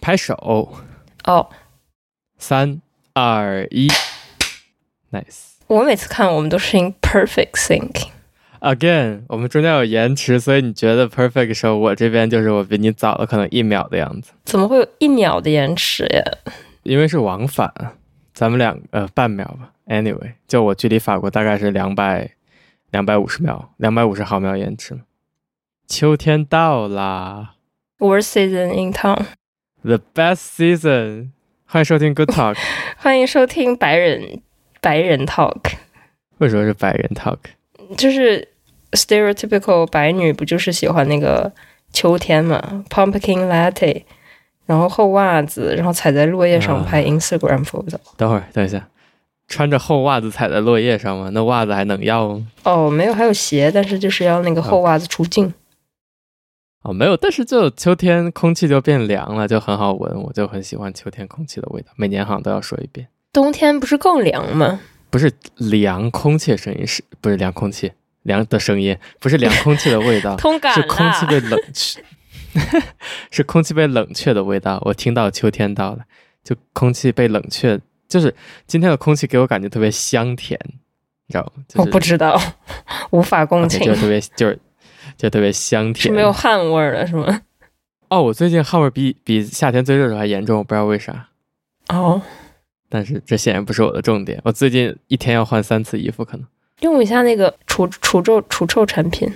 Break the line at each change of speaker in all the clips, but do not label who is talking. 拍手。
哦，
三二一，nice。
我每次看我们都是 in perfect sync。
Again，我们中间有延迟，所以你觉得 perfect 的时候，我这边就是我比你早了可能一秒的样子，
怎么会有一秒的延迟呀？
因为是往返，咱们两呃半秒吧。Anyway，就我距离法国大概是两百两百五十秒，两百五十毫秒延迟嘛。秋天到啦
Worst season in town。
，the best season，欢迎收听 Good Talk。
欢迎收听白人白人 talk，
为什么是白人 Talk？
就是 stereotypical 白女不就是喜欢那个秋天嘛，pumpkin latte，然后厚袜子，然后踩在落叶上
啊
拍 Instagram photo。
等会儿，等一下，穿着厚袜子踩在落叶上吗？那袜子还能要吗？
哦，没有，还有鞋，但是就是要那个厚袜子出镜。
哦，没有，但是就秋天空气就变凉了，就很好闻，我就很喜欢秋天空气的味道。每年好像都要说一遍，
冬天不是更凉吗？，
不是凉空气的声音，是不是凉空气凉的声音？不是凉空气的味道
通感
啊
啊
是空气
啦，
被冷却， 是空气被冷却的味道。我听到秋天到了，就空气被冷却，就是今天的空气给我感觉特别香甜，你知道吗？就是、
我哦不知道，无法共
啊 OK，就
情，
特别 就是就特别香
是
甜，
没有汗味儿了是吗？
哦，我最近汗味比比夏天最热的时候还严重，我不知道为啥。
哦，
但是这显然不是我的重点。我最近一天要换三次衣服，可能
用一下那个除除皱除臭产品。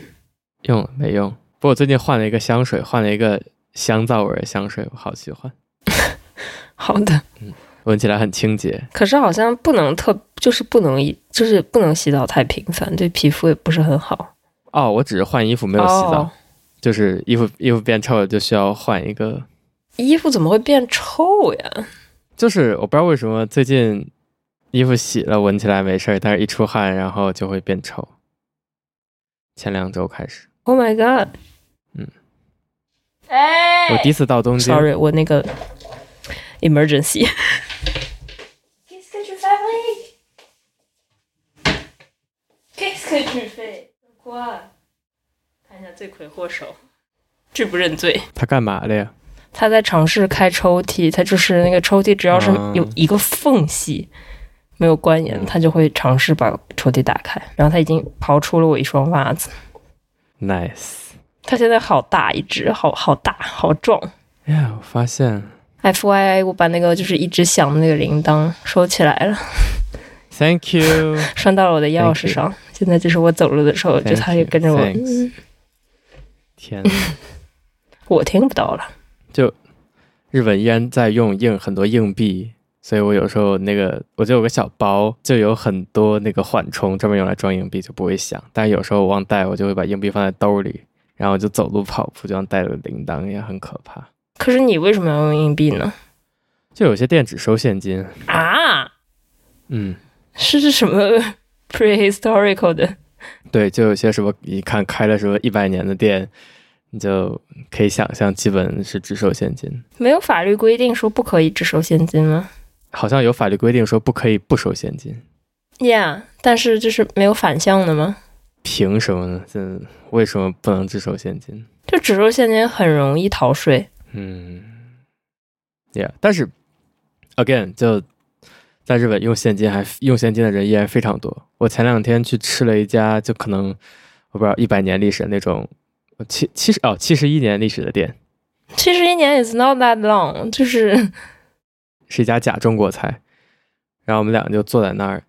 用了没用。不过我最近换了一个香水，换了一个香皂味儿的香水，我好喜欢，
好的，
闻起来很清洁。
可是好像不能特，就是不能一，就是不能洗澡太频繁，对皮肤也不是很好。
哦，我只是换衣服，没有洗澡，
哦
就是衣服衣服变臭了就需要换一个。
衣服怎么会变臭呀？
就是我不知道为什么最近衣服洗了闻起来没事儿，但是一出汗然后就会变臭。前两周开始，
Oh my god！
嗯，
哎
我第一次到东京。
，sorry，我那个 emergency。
Qu'est-ce que tu fabriques Qu'est-ce que tu fais
哇，看一下罪魁祸首，拒不认罪。
他干嘛的呀？
他在尝试开抽屉，他就是那个抽屉只要是
嗯
有一个缝隙、没有关严，他就会尝试把抽屉打开。然后他已经刨出了我一双袜子，
Nice
它现在好大一只，好好大，好壮。
哎呀！我发现
F Y I，我把那个就是一直响的那个铃铛收起来了，
，Thank you，
拴到了我的钥
Thank
匙
you
上。现在就是我走路的时候，就
Thank
它也
you，
跟着我，
thanks
嗯
天哪，
我听不到了。
日本依然在用硬很多硬币，所以我有时候那个我就有个小包，就有很多那个缓冲，专门用来装硬币，就不会响。但有时候我忘带，我就会把硬币放在兜里，然后我就走路跑步，就像带着铃铛一样，很可怕。
可是你为什么要用硬币呢？
就有些店只收现金，
啊，
嗯，
是是什么 prehistorical 的？
对，就有些什么你看开了什么一百年的店，你就可以想象，基本是只收现金。
没有法律规定说不可以只收现金吗
好像有法律规定说不可以不收现金，
？Yeah，但是就是没有反向的吗？
凭什么呢？这为什么不能只收现金？
就只收现金很容易逃税。
嗯，Yeah，但是 again 就在日本用现金还用现金的人依然非常多。我前两天去吃了一家就可能我不知道一百年历史的那种呃七七十哦七十一年历史的店，
七十一年 is not that long，就是
是一家假中国菜。然后我们俩就坐在那儿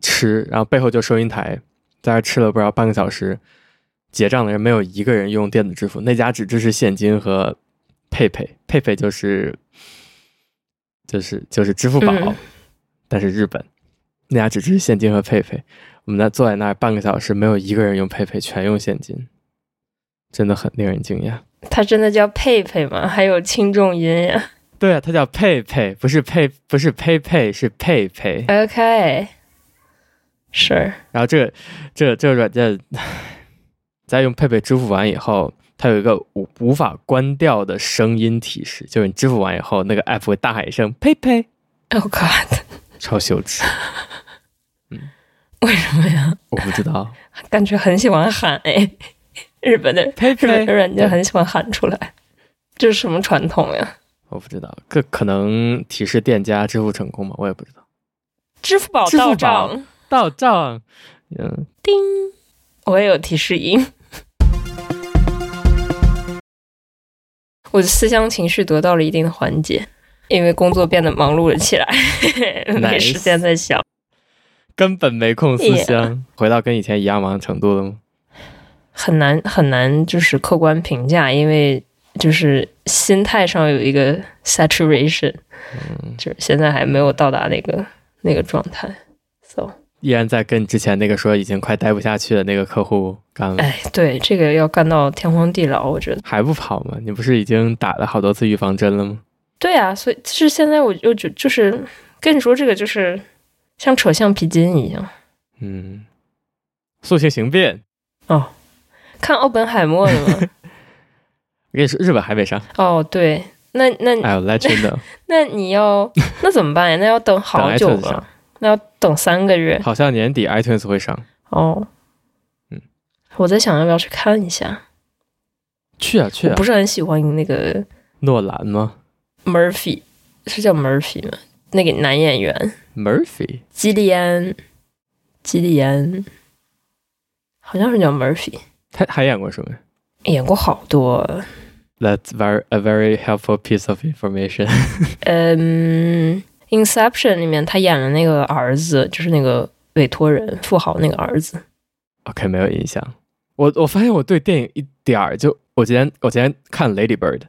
吃，然后背后就收银台，在那儿吃了不知道半个小时，结账的人没有一个人用电子支付，那家只支持现金和佩佩，佩佩就是就是就是支付宝，
嗯
但是日本那家只支持现金和佩佩。我们在坐在那儿半个小时，没有一个人用佩佩，全用现金，真的很令人惊讶。
它真的叫佩佩吗？还有轻重音呀、
对啊，它叫佩佩，不是佩，不是佩佩，是佩佩。
OK，是
然后这个这个这个软件 在用佩佩支付完以后，它有一个无无法关掉的声音提示，就是你支付完以后，那个 app 会大喊一声“佩佩
Oh God，”，
超羞 耻。嗯
为什么呀？
我不知 道
感觉很喜欢喊哎， 日本的
佩
日本
佩
的，软件很喜欢喊出来，这是什么传统呀？
我不知道，这可能提示店家支付成功吧，我也不知道。
支付宝
支付
到
宝
账，
到账，嗯，
叮，我也有提示音。我的思乡情绪得到了一定的缓解，因为工作变得忙碌了起来， 没
Nice
时间在想。
根本没空思乡。回到跟以前一样忙的程度了吗？
很难很难就是客观评价，因为就是心态上有一个 saturation，、就是现在还没有到达那个那个状态。so，
依然在跟之前那个说已经快待不下去的那个客户干了，
哎，对，这个要干到天荒地老，我觉得。
还不跑吗？你不是已经打了好多次预防针了吗？
对啊，所以其实现在我就就就是跟你说这个就是像扯橡皮筋一样。
嗯，塑性形变。
看奥本海默了吗？
我跟你说，日本还没上。
哦，对，那那
哎呦，来真 的，
那你要那怎么办呀？那要等好久
等 iTunes 上
吗？那要等三个月
好像年底 iTunes 会上。
哦。
嗯，
我在想要不要去看一下。
去啊去
我
啊
不！是很喜欢那个
诺兰吗
Murphy，是叫 Murphy 吗？那个男演员
？Murphy
基利安，基利安，好像是叫 Murphy，
他还演过什么
演过好多。
？That's very a very helpful piece of information 。
嗯，《Inception》里面他演了那个儿子，就是那个委托人富豪那个儿子。
OK，没有印象。我我发现我对电影一点儿就，我今天我今天看 Lady Bird，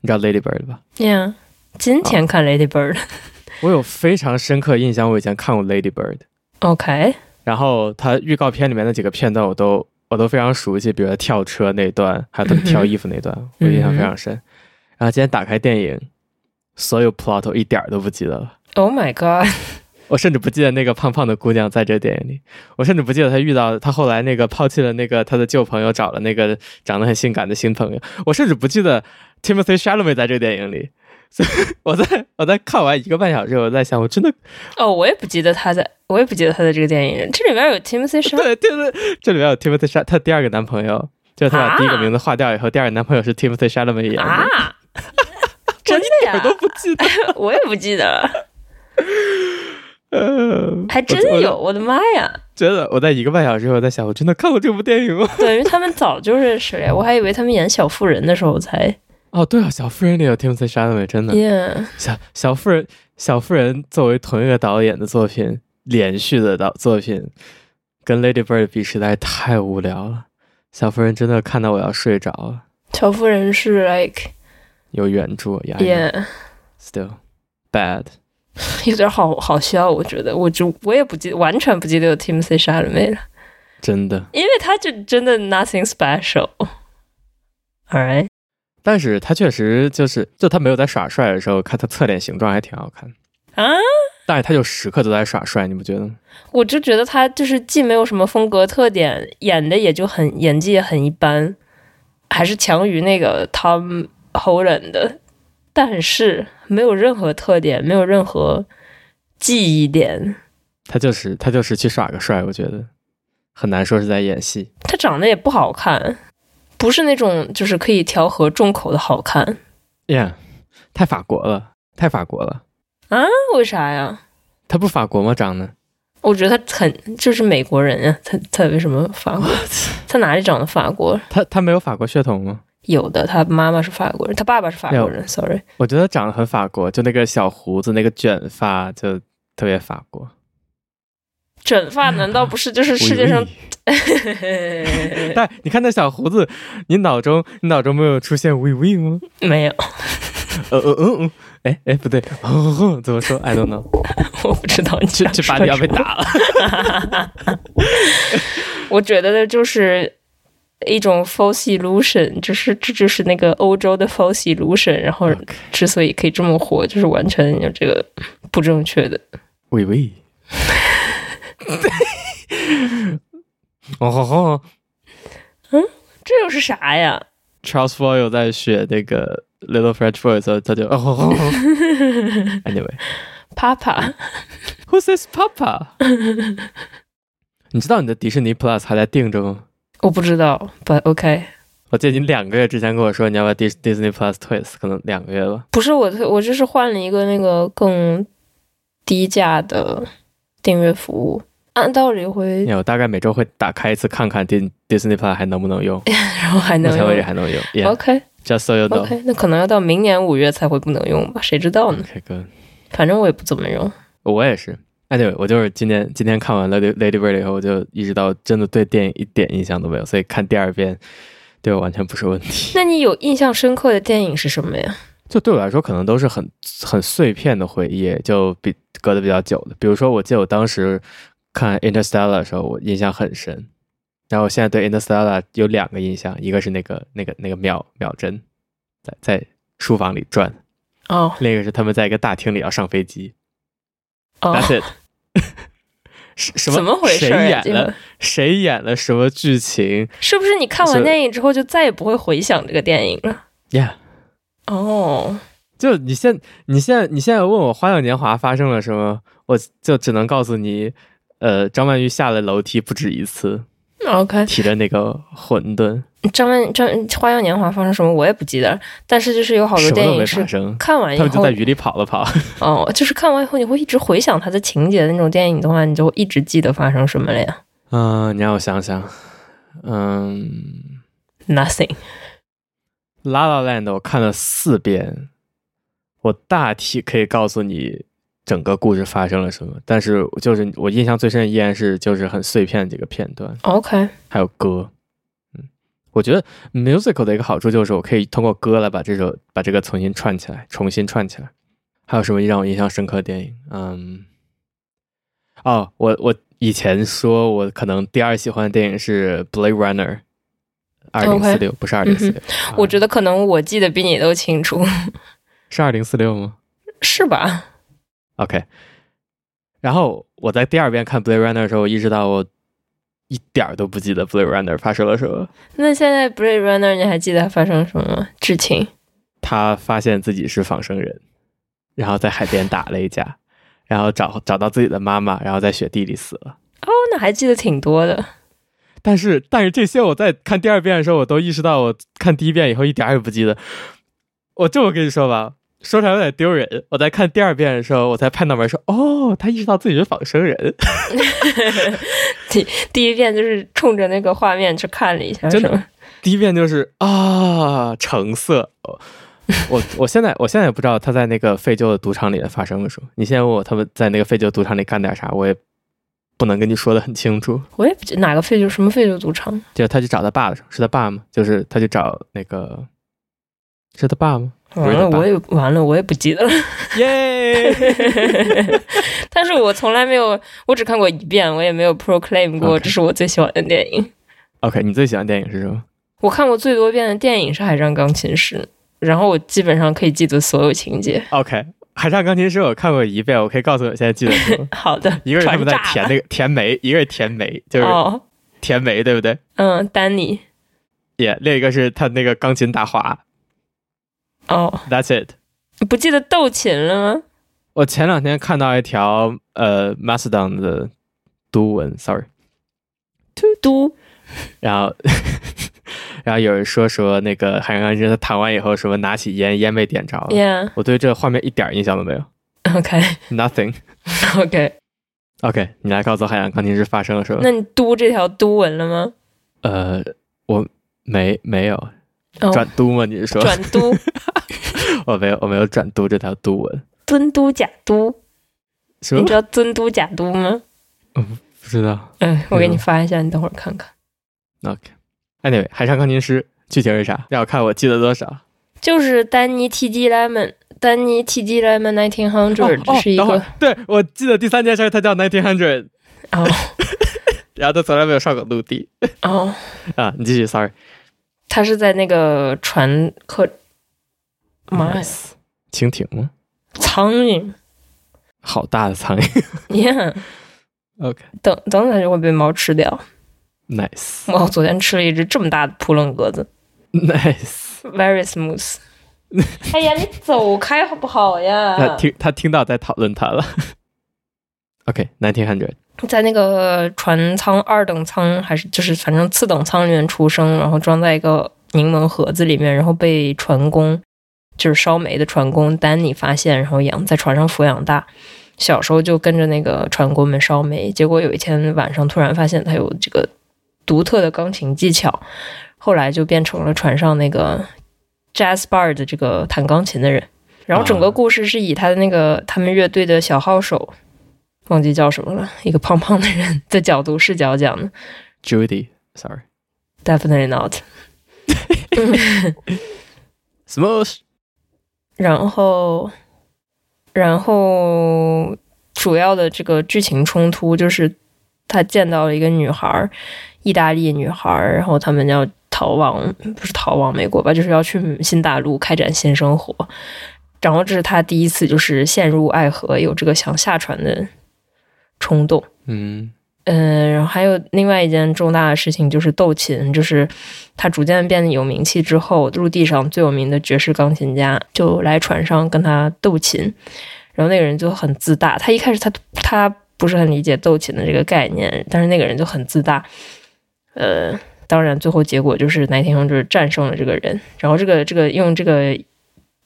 你知道 Lady Bird 吧？
Yeah，今哦天看《Lady Bird》
我有非常深刻印象，我以前看过 Lady Bird，
，OK，
然后它预告片里面的几个片段我都我都非常熟悉，比如他跳车那段，还有他们挑衣服那段，我印象非常深。然后今天打开电影，所有 plot 都一点儿都不记得了。
Oh my god！
我甚至不记得那个胖胖的姑娘在这电影里，我甚至不记得她遇到她后来那个抛弃了那个她的旧朋友，找了那个长得很性感的新朋友，我甚至不记得 Timothy Chalamet 在这电影里。所以我在我在看完一个半小时，我在想，我真的
哦，我也不记得他在，我也不记得他在这个电影。这里面有 Timothy s h a l
对对对，这里面有 Timothy Chal 她第二个男朋友，就是她把
啊
第一个名字划掉以后，第二个男朋友是 Timothy Chalamet 演的，
啊，
我
真
一
的
点
呀
儿？都不记得。
我也不记得了，
呃，
还真
我
有，我的妈呀！
真的，我在一个半小时，我在想，我真的看过这部电 影吗？
对，因为他们早就认识了呀，我还以为他们演小妇人的时候才
哦，对啊，小妇人里有 Timothy Chalamet，真的。
，Yeah，
小小妇人，小妇人作为同一个导演的作品，连续的导作品，跟 Lady Bird 比实在太无聊了。小妇人真的看到我要睡着了。
小妇人是 like
有原著呀
Yeah，
，still bad。
有点好好笑，我觉得，我就我也不记，完全不记得有 Timothy s h a l a m e 了，
真的，
因为他就真的 nothing special。All right，
但是他确实就是，就他没有在耍帅的时候，看他侧脸形状还挺好看，
啊，
但是他就时刻都在耍帅，你不觉得吗？
我就觉得他就是既没有什么风格特点，演的也就很演技也很一般，还是强于那个 Tom Holland 的，但是没有任何特点，没有任何记忆点。
他就是他就是去耍个帅，我觉得很难说是在演戏。
他长得也不好看，不是那种就是可以调和众口的好看
Yeah，太法国了，太法国了。
啊？为啥呀？
他不法国吗？长得？
我觉得他很就是美国人呀、他他为什么法国？他哪里长的法国？
他他没有法国血统吗？
有的，他妈妈是法国人，他爸爸是法国人。Sorry，
我觉得长得很法国，就那个小胡子、那个卷发，就特别法国。
卷发难道不是就是世界上？
但你 看那小胡子，你脑中你脑中没有出现 we we 吗？
没有，
呃呃嗯嗯，哎哎不对，哼哼哼怎么说？I don't know，
我不知道你
这
想
这
说
把你要被
什么。
打了。
我觉得的就是一种 false illusion，就是这就是那个欧洲的 false illusion，然后
OK
之所以可以这么火，就是完全有这个不正确的。
we we，哦吼吼
这又是啥呀？
，Charles Foyle 在学那个 Little French Boy 的时候，他就哦吼吼。Anyway。
啪啪
Who says Papa？你知道你的迪士尼 Plus 还在定着吗？
我不知道，but OK，
我记得你两个月之前跟我说你要把 Dis- Disney Plus 退死，可能两个月吧。
不是我退，我就是换了一个那个更低价的订阅服务。按道理会
因，为我大概每周会打开一次看看 Dis Disney Plus 还能不能用，
然后还
目
能
前为止
用。
还能用。Yeah,
OK
just so you know.
OK，那可能要到明年五月才会不能用吧？谁知道呢？
OK, good.
反正我也不怎么用。
嗯我也是。哎，对，我就是今天今天看完了《Lady Bird》以后，我就意识到真的对电影一点印象都没有，所以看第二遍对我完全不是问题。
那你有印象深刻的电影是什么呀？
就对我来说，可能都是很很碎片的回忆，就比隔得比较久的。比如说，我记得我当时看《Interstellar》的时候，我印象很深。然后我现在对《Interstellar》有两个印象，一个是那个那个那个秒秒针在在书房里转，
哦
另一个是他们在一个大厅里要上飞机。
哦，
That's it 什。什么
怎么回事
谁
儿呀？
演
这
了
个？
谁演了什么剧情
是不是你看
是
完电影之后就再也不会回想这个电影了？
？Yeah，
哦，
就你现你现在你现在问我《花样年华》发生了什么，我就只能告诉你，呃，张曼玉下了楼梯不止一次，
OK，
提着那个馄饨，
张曼张《花样年华》发生什么我也不记得了，但是就是有好多
什么
电
都没
影
发
是
生。
看完以
他们就
后
在，雨里跑了跑，
哦，就是看完以后你会一直回想它的情节的那种电影的话，你就会一直记得发生什么了呀
嗯、你让我想想，嗯，
？Nothing。
《La La Land》我看了四遍，我大体可以告诉你整个故事发生了什么，但是就是我印象最深的依然是就是很碎片的几个片段，
OK，
还有歌。嗯，我觉得 musical 的一个好处就是我可以通过歌来把这首把这个重新串起来，重新串起来。还有什么让我印象深刻的电影？嗯，哦，我我以前说我可能第二喜欢的电影是《Blade Runner》，二零四
哦 OK 嗯
六不是二零四六，
我觉得可能我记得比你都清楚，
是二零四六吗？
是吧？
OK，然后我在第二遍看《Blade Runner》的时候，我意识到我一点儿都不记得《Blade Runner》发生了什么。
那现在《Blade Runner》你还记得发生什么吗？剧情？
他发现自己是仿生人，然后在海边打了一架，然后找找到自己的妈妈，然后在雪地里死了。
哦，那还记得挺多的。
但是，但是这些我在看第二遍的时候，我都意识到，我看第一遍以后一点儿也不记得。我这么跟你说吧，说出来有点丢人。我在看第二遍的时候，我才拍脑门说：“哦，他意识到自己是仿生人。
第一遍就是冲着那个画面去看了一下，
真的
是吗”
第一遍就是啊，橙色。我我我现在我现在也不知道他在那个废旧的赌场里发生了什么。你现在问我他们在那个废旧赌场里干点啥，我也不能跟你说的很清楚。
我也不记哪个废旧什么废旧赌场，
就他去找他爸的时候，是他爸吗？就是他去找那个，是他爸吗？不
完
是他
了
爸
我也完了我也不记 得了。
耶！
但是我从来没有，我只看过一遍，我也没有 proclaim 过
OK
这是我最喜欢的电影。
OK，你最喜欢的电影是什么？
我看过最多遍的电影是《海上钢琴师》，然后我基本上可以记得所有情节。。
？OK，《海上钢琴师》我看过一遍，我可以告诉你我现在记得什么
好的，
一个是他们在填
船炸了
那个填煤，一个是填煤，就是
哦，
填煤，对不对？
嗯，丹尼，
也、另一个是他那个钢琴打滑。
哦，
That's it。
你不记得斗琴了吗？
我前两天看到一条呃 Mastodon 的读文，sorry，
嘟嘟，
然后 然后有人说说那个海上钢琴师他弹完以后什么拿起烟烟被点着了
yeah，OK，OK，、
我对这个画面一点印象都没有，nothing。
OK
OK，你来告诉我海洋钢琴师发生了什么？
那你嘟这条嘟文了吗？
呃，我没没有
哦，
转读吗？你是说
转 嘟，
我没有我没有转读这条读文？
蹲嘟假嘟，
什
你
么
知？道蹲嘟假嘟吗？
不知道。
嗯，我给
没
你
有
发一下，你等会儿看看。
OK。Anyway，海上钢琴师剧情是啥？让我看我记得多少。
就是丹尼 T.G. Lemon，丹尼 T.G. Lemon nineteen
哦
hundred
哦
是一
等会
个
儿对我记得第三件事，他叫 Nineteen Hundred，
哦
然后他从来没有上过陆地
哦，
啊。你继续，Sorry。
他是在那个船客，妈呀，
Nice 蜻蜓吗？
苍蝇
好大的苍蝇。
，yeah，
OK，Nice、
等等它就会被猫吃掉。
Nice
我昨天吃了一只这么大的扑棱鸽子
Nice，
，very smooth。哎呀，你走开好不好
他
呀？
听他听到在讨论他了。OK，Nineteen Hundred。
在那个船舱二等舱还是就是反正次等舱里面出生，然后装在一个柠檬盒子里面，然后被船工，就是烧煤的船工丹尼发现，然后养在船上抚养大。小时候就跟着那个船工们烧煤，结果有一天晚上突然发现他有这个独特的钢琴技巧，后来就变成了船上那个 jazz bar 的这个弹钢琴的人。然后整个
啊
故事是以他的那个他们乐队的小号手，忘记叫什么了，一个胖胖的人的角度视角讲的。
Judy，sorry。
Definitely not。
Smosh，
然后，然后主要的这个剧情冲突就是他见到了一个女孩儿，意大利女孩儿，然后他们要逃往，不是逃往美国吧，就是要去新大陆开展新生活。然后这是他第一次就是陷入爱河，有这个想下船的冲动。
嗯，
嗯，然后还有另外一件重大的事情就是斗琴，就是他逐渐变得有名气之后，陆地上最有名的爵士钢琴家就来船上跟他斗琴，然后那个人就很自大，他一开始他他不是很理解斗琴的这个概念，但是那个人就很自大，呃，当然最后结果就是南天上就是战胜了这个人，然后这个这个用这个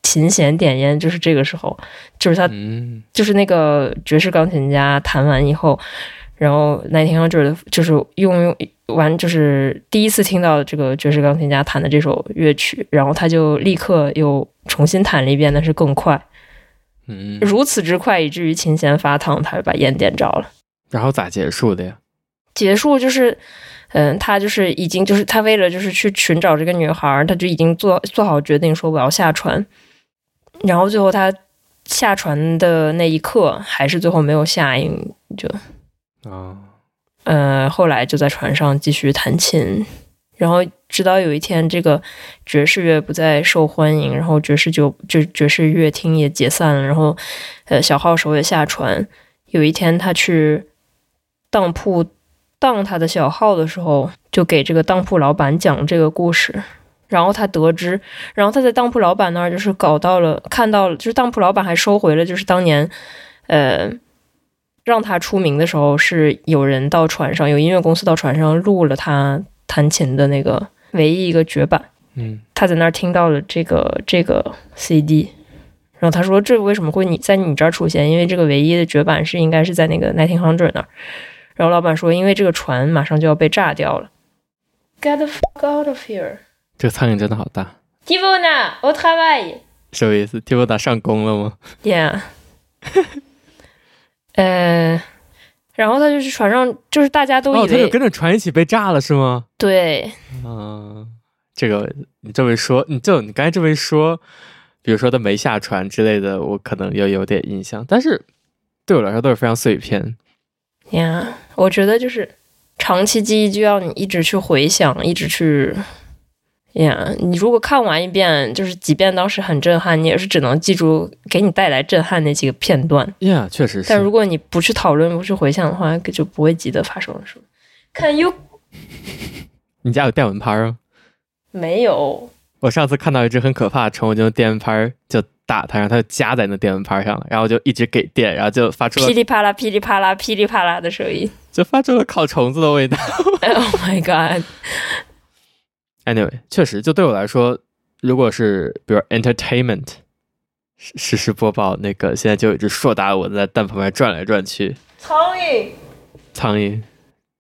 琴弦点烟，就是这个时候，就是他
嗯，
就是那个爵士钢琴家弹完以后，然后奈廷康就是就是用用完就是第一次听到这个爵士钢琴家弹的这首乐曲，然后他就立刻又重新弹了一遍，但是更快，
嗯，
如此之快，以至于琴弦发烫，他就把烟点着了。
然后咋结束的呀？
结束就是，嗯，他就是已经就是他为了就是去寻找这个女孩儿，他就已经做做好决定说我要下船，然后最后他下船的那一刻还是最后没有下，因为就
啊，
呃后来就在船上继续弹琴，然后直到有一天这个爵士乐不再受欢迎，然后爵士就就爵士乐厅也解散了，然后呃小号手也下船，有一天他去当铺当他的小号的时候，就给这个当铺老板讲这个故事。然后他得知，然后他在当铺老板那儿就是搞到了，看到了，就是当铺老板还收回了，就是当年，呃，让他出名的时候是有人到船上，有音乐公司到船上录了他弹琴的那个唯一一个绝版。
嗯，
他在那儿听到了这个这个 CD，然后他说这为什么会你在你这儿出现？因为这个唯一的绝版是应该是在那个 Nineteen Hundred 那儿。然后老板说，因为这个船马上就要被炸掉了。Get the fuck out of here,
这个苍蝇真的好大，
Tivona, au travail.
什么意思？蒂波达上工了吗？
Yeah，呃，然后他就去船上，就是大家都
哦，
以
他
为、
就跟着船一起被炸了是吗？
对，
嗯，这个你这么一说，你就你刚才这么一说，比如说他没下船之类的，我可能也有点印象，但是对我来说都是非常碎片。
呀、我觉得就是长期记忆就要你一直去回想，一直去呀你如果看完一遍，就是即便当时很震撼，你也是只能记住给你带来震撼那几个片段。
Yeah，确实是。
但如果你不去讨论、不去回想的话，就不会记得发生了什么。看 you
你家有电蚊拍吗？
没有
我上次看到一只很可怕的虫，我就用电蚊拍儿就打它，然后它就夹在那电蚊拍上了，然后我就一直给电，然后就发出了
噼里啪啦、噼里啪啦、噼里啪啦的声 音。
就发出了烤虫子的味道。
oh my god！
Anyway，确实，就对我来说，如果是比如 entertainment 实实时播报那个，现在就有一只硕大的蚊子在蛋旁边转来转去，
苍蝇，
苍蝇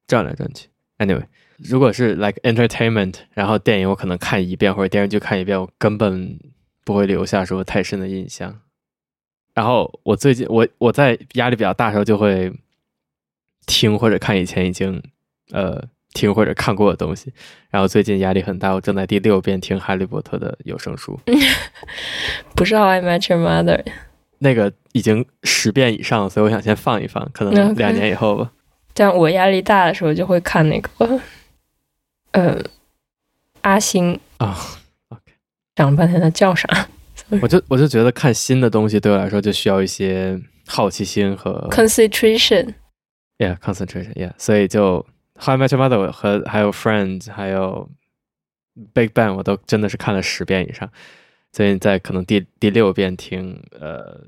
转来转去。Anyway，如果是 like entertainment，然后电影我可能看一遍或者电视剧看一遍，我根本不会留下什么太深的印象。然后我最近我我在压力比较大的时候就会听或者看以前已经呃听或者看过的东西。然后最近压力很大，我正在第六遍听《哈利波特》的有声书，
不是 How I Met Your Mother。
那个已经十遍以上了，所以我想先放一放，可能
OK
两年以后吧。
但我压力大的时候就会看那个， 呃，阿星
啊、
讲了半天他叫啥？
我就我就觉得看新的东西对我来说就需要一些好奇心和
concentration，
yeah concentration yeah，所以就 How I Met Your Mother 和还有 Friends 还有 Big Bang 我都真的是看了十遍以上，最近在可能第第六遍听呃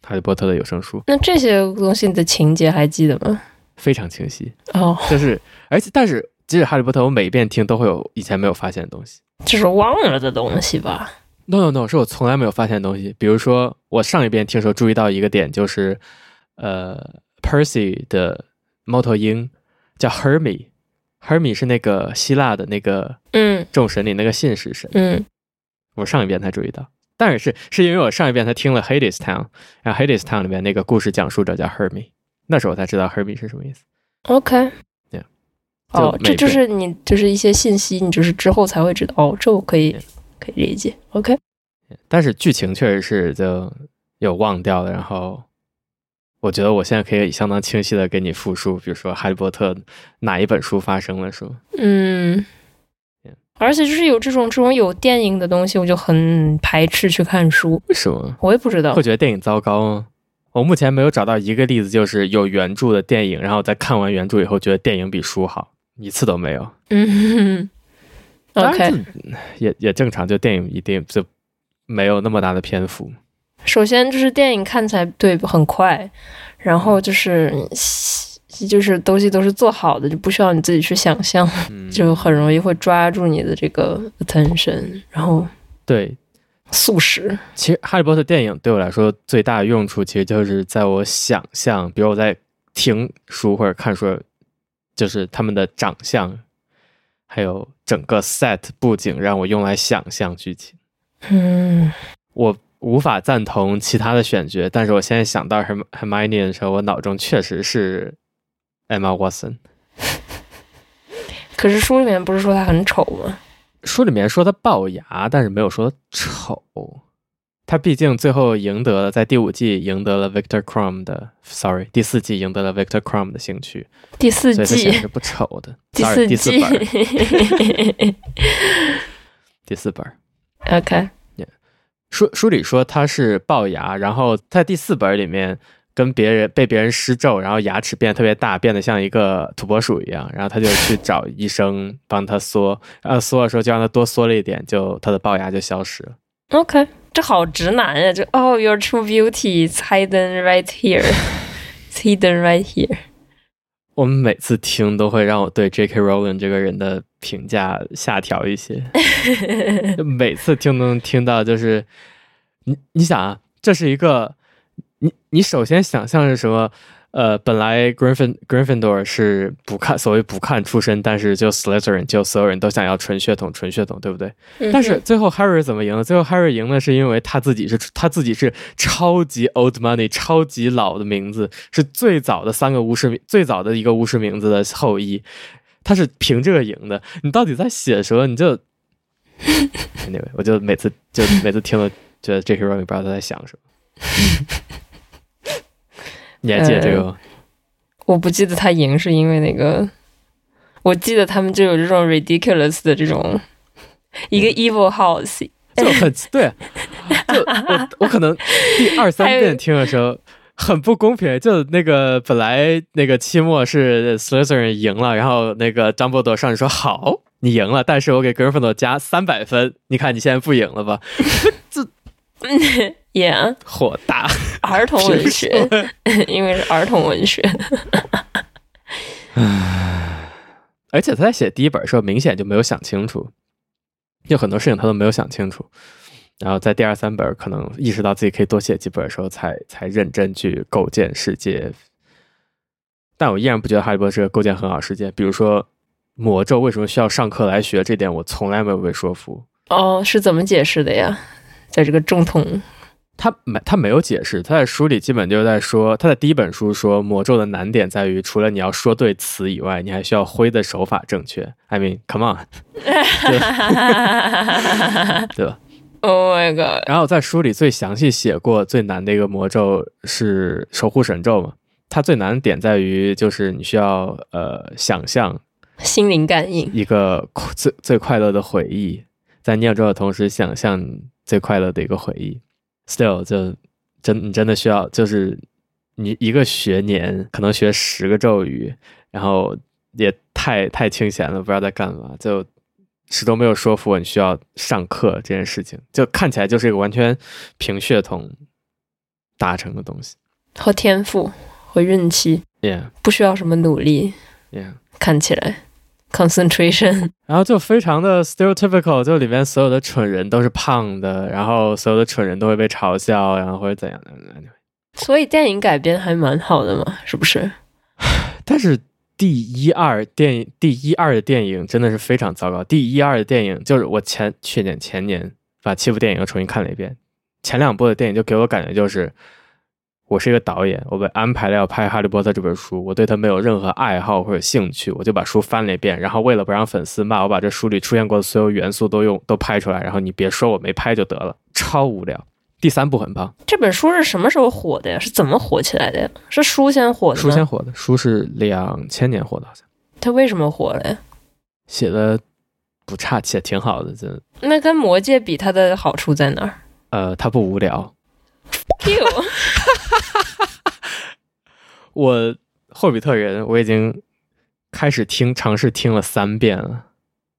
哈利波特的有声书
那这些东西的情节还记得吗？
非常清晰，
哦，
就是而且但是即使哈利波特我每一遍听都会有以前没有发现的东西，
就是忘了的东西吧。
No no no，是我从来没有发现的东西。比如说，我上一遍听说注意到一个点，就是呃，Percy 的猫头鹰叫 Hermy，Hermy 是那个希腊的那个
嗯
众神里那个信使神。
嗯
我上一遍才注意到，当然是是因为我上一遍才听了 Hades Town，然后 Hades Town 里面那个故事讲述者叫 Hermy，那时候我才知道 Hermy 是什么意思。
，OK。
Yeah
哦，
就
这
每
就
遍
是你就是一些信息，你就是之后才会知道。哦，这我可以
Yeah
可以理解。OK，
但是剧情确实是就有忘掉了，然后我觉得我现在可以相当清晰的给你复述，比如说《哈利波特》哪一本书发生了说，
嗯
Yeah，
而且就是有这种这种有电影的东西，我就很排斥去看书。
为什么
我也不知道
会，觉得电影糟糕吗？我目前没有找到一个例子，就是有原著的电影，然后在看完原著以后觉得电影比书好，一次都没有。
嗯
当然
，OK。
这也也正常，就电影一定就没有那么大的篇幅。
首先就是电影看起来对很快，然后就是就是东西都是做好的，就不需要你自己去想象，
嗯，
就很容易会抓住你的这个 attention，然后
对。
速食。
其实《哈利波特》电影对我来说最大的用处，其实就是在我想象，比如我在听书或者看书，就是他们的长相，还有整个 set 布景，让我用来想象剧情。
嗯
我无法赞同其他的选角，但是我现在想到 Herm- Hermione 的时候，我脑中确实是 Emma Watson。
可是书里面不是说他很丑吗？
书里面说他龅牙，但是没有说他丑。他毕竟最后赢得了在第五季赢得了 Victor Crumb 的，sorry，第四季赢得了 Victor Crumb 的兴趣，
第四
所以他显然
季，
是不丑的。
第
sorry，第四
季
本儿，第四本儿。
，OK，
书书里说他是龅牙，然后在第四本里面跟别人被别人施咒，然后牙齿变得特别大，变得像一个土拨鼠一样，然后他就去找医生帮他缩，然后缩的时候就让他多缩了一点，就他的龅牙就消失了。
OK，这好直男呀、这哦、y o u r true beauty is hidden right here, It's hidden right here。
我们每次听都会让我对 J.K. Rowling 这个人的评价下调一些，就每次听都能听到，就是你你想啊，这是一个你你首先想象是什么？呃，本来 Griffin Gryffindor 是不看所谓不看出身，但是就 Slytherin 就所有人都想要纯血统，纯血统，对不对？
嗯
但是最后 Harry 怎么赢的？最后 Harry 赢的是因为他自己是他自己是超级 old money、超级老的名字，是最早的三个巫师名最早的一个巫师名字的后裔，他是凭这个赢的。你到底在写什么？你就 anyway，我就每次就每次听了觉得 J.K. Rowling 不知道他在想什么。你还记得这个吗？
我不记得他赢是因为那个，我记得他们就有这种 ridiculous 的这种一个 evil house，
就很 对，就我我可能第二三
还有
遍听的时候很不公平，就那个本来那个期末是 Slytherin 赢了，然后那个张伯德上去说好，你赢了，但是我给 Gryffindor 加三百分，你看你现在不赢了吧？
yeah，
火大，
儿 童文学， 因为是儿童文学，
而且他在写第一本的时候明显就没有想清楚，有很多事情他都没有想清楚。然后在第二三本可能意识到自己可以多写几本的时候才，才认真去构建世界。但我依然不觉得《哈利波特》是个构建很好的世界。比如说，魔咒为什么需要上课来学，这点我从来没有被说服。
哦，是怎么解释的呀？在这个正 统，
他没他没有解释，他在书里基本就是在说，他在第一本书说魔咒的难点在于，除了你要说对词以外，你还需要挥的手法正确。I mean，come on，对吧？
Oh my god！
然后在书里最详细写过最难的一个魔咒是守护神咒嘛，它最难的点在于就是你需要呃想象
心灵感应，
一个快最最快乐的回忆，在念咒的同时想象最快乐的一个回忆。Still，就真你真的需要就是你一个学年可能学十个咒语，然后也太太清闲了，不知道在干嘛，就始终没有说服我你需要上课这件事情，就看起来就是一个完全凭血统达成的东西。
和天赋，和运气，
Yeah，
不需要什么努力，
yeah。
看起来。 concentration，
然后就非常的 stereotypical，就里面所有的蠢人都是胖的，然后所有的蠢人都会被嘲笑，然后或者怎样的。
所以电影改编还蛮好的嘛，是不是？
但是第一二电影第一二的电影真的是非常糟糕。第一二的电影就是我前去年前年把七部电影又重新看了一遍，前两部的电影就给我感觉就是。我是一个导演，我被安排了要拍《哈利波特》这本书，我对它没有任何爱好或者兴趣，我就把书翻了一遍，然后为了不让粉丝骂，我把这书里出现过的所有元素都用都拍出来，然后你别说我没拍就得了，超无聊。第三部很棒，
这本书是什么时候火的呀？是怎么火起来的呀？是书先火的吗？
书先火的，书是两千年火的，好像
它为什么火了呀？
写的不差，写挺好的，真的
那跟《魔戒》比，它的好处在哪儿
呃，它不无聊。
？Q，
我《霍比特人》我已经开始听，尝试听了三遍了。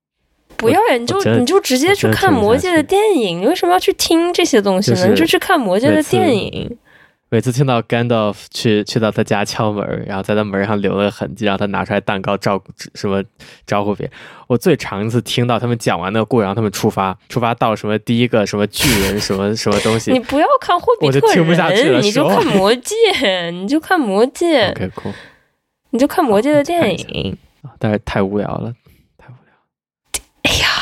不要呀，你就
我真的
你就直接去看《魔戒》的电影，你为什么要去听这些东西呢？
就是
你就去看《魔戒》的
每次
电影。
每次听到 Gandalf 去去到他家敲门，然后在他门上留了痕迹，让他拿出来蛋糕照顾什么招呼别人。我最长一次听到他们讲完那个故事，然后他们出发，出发到什么第一个什么巨人什么什么东西
你。不要看《霍比
我就
特
听不下去
人
了》，
你就
说
看《魔戒》，你就看《魔戒》，
OK，cool
你就看《魔戒》的电
看一
影。
啊但是太无聊了，太无聊。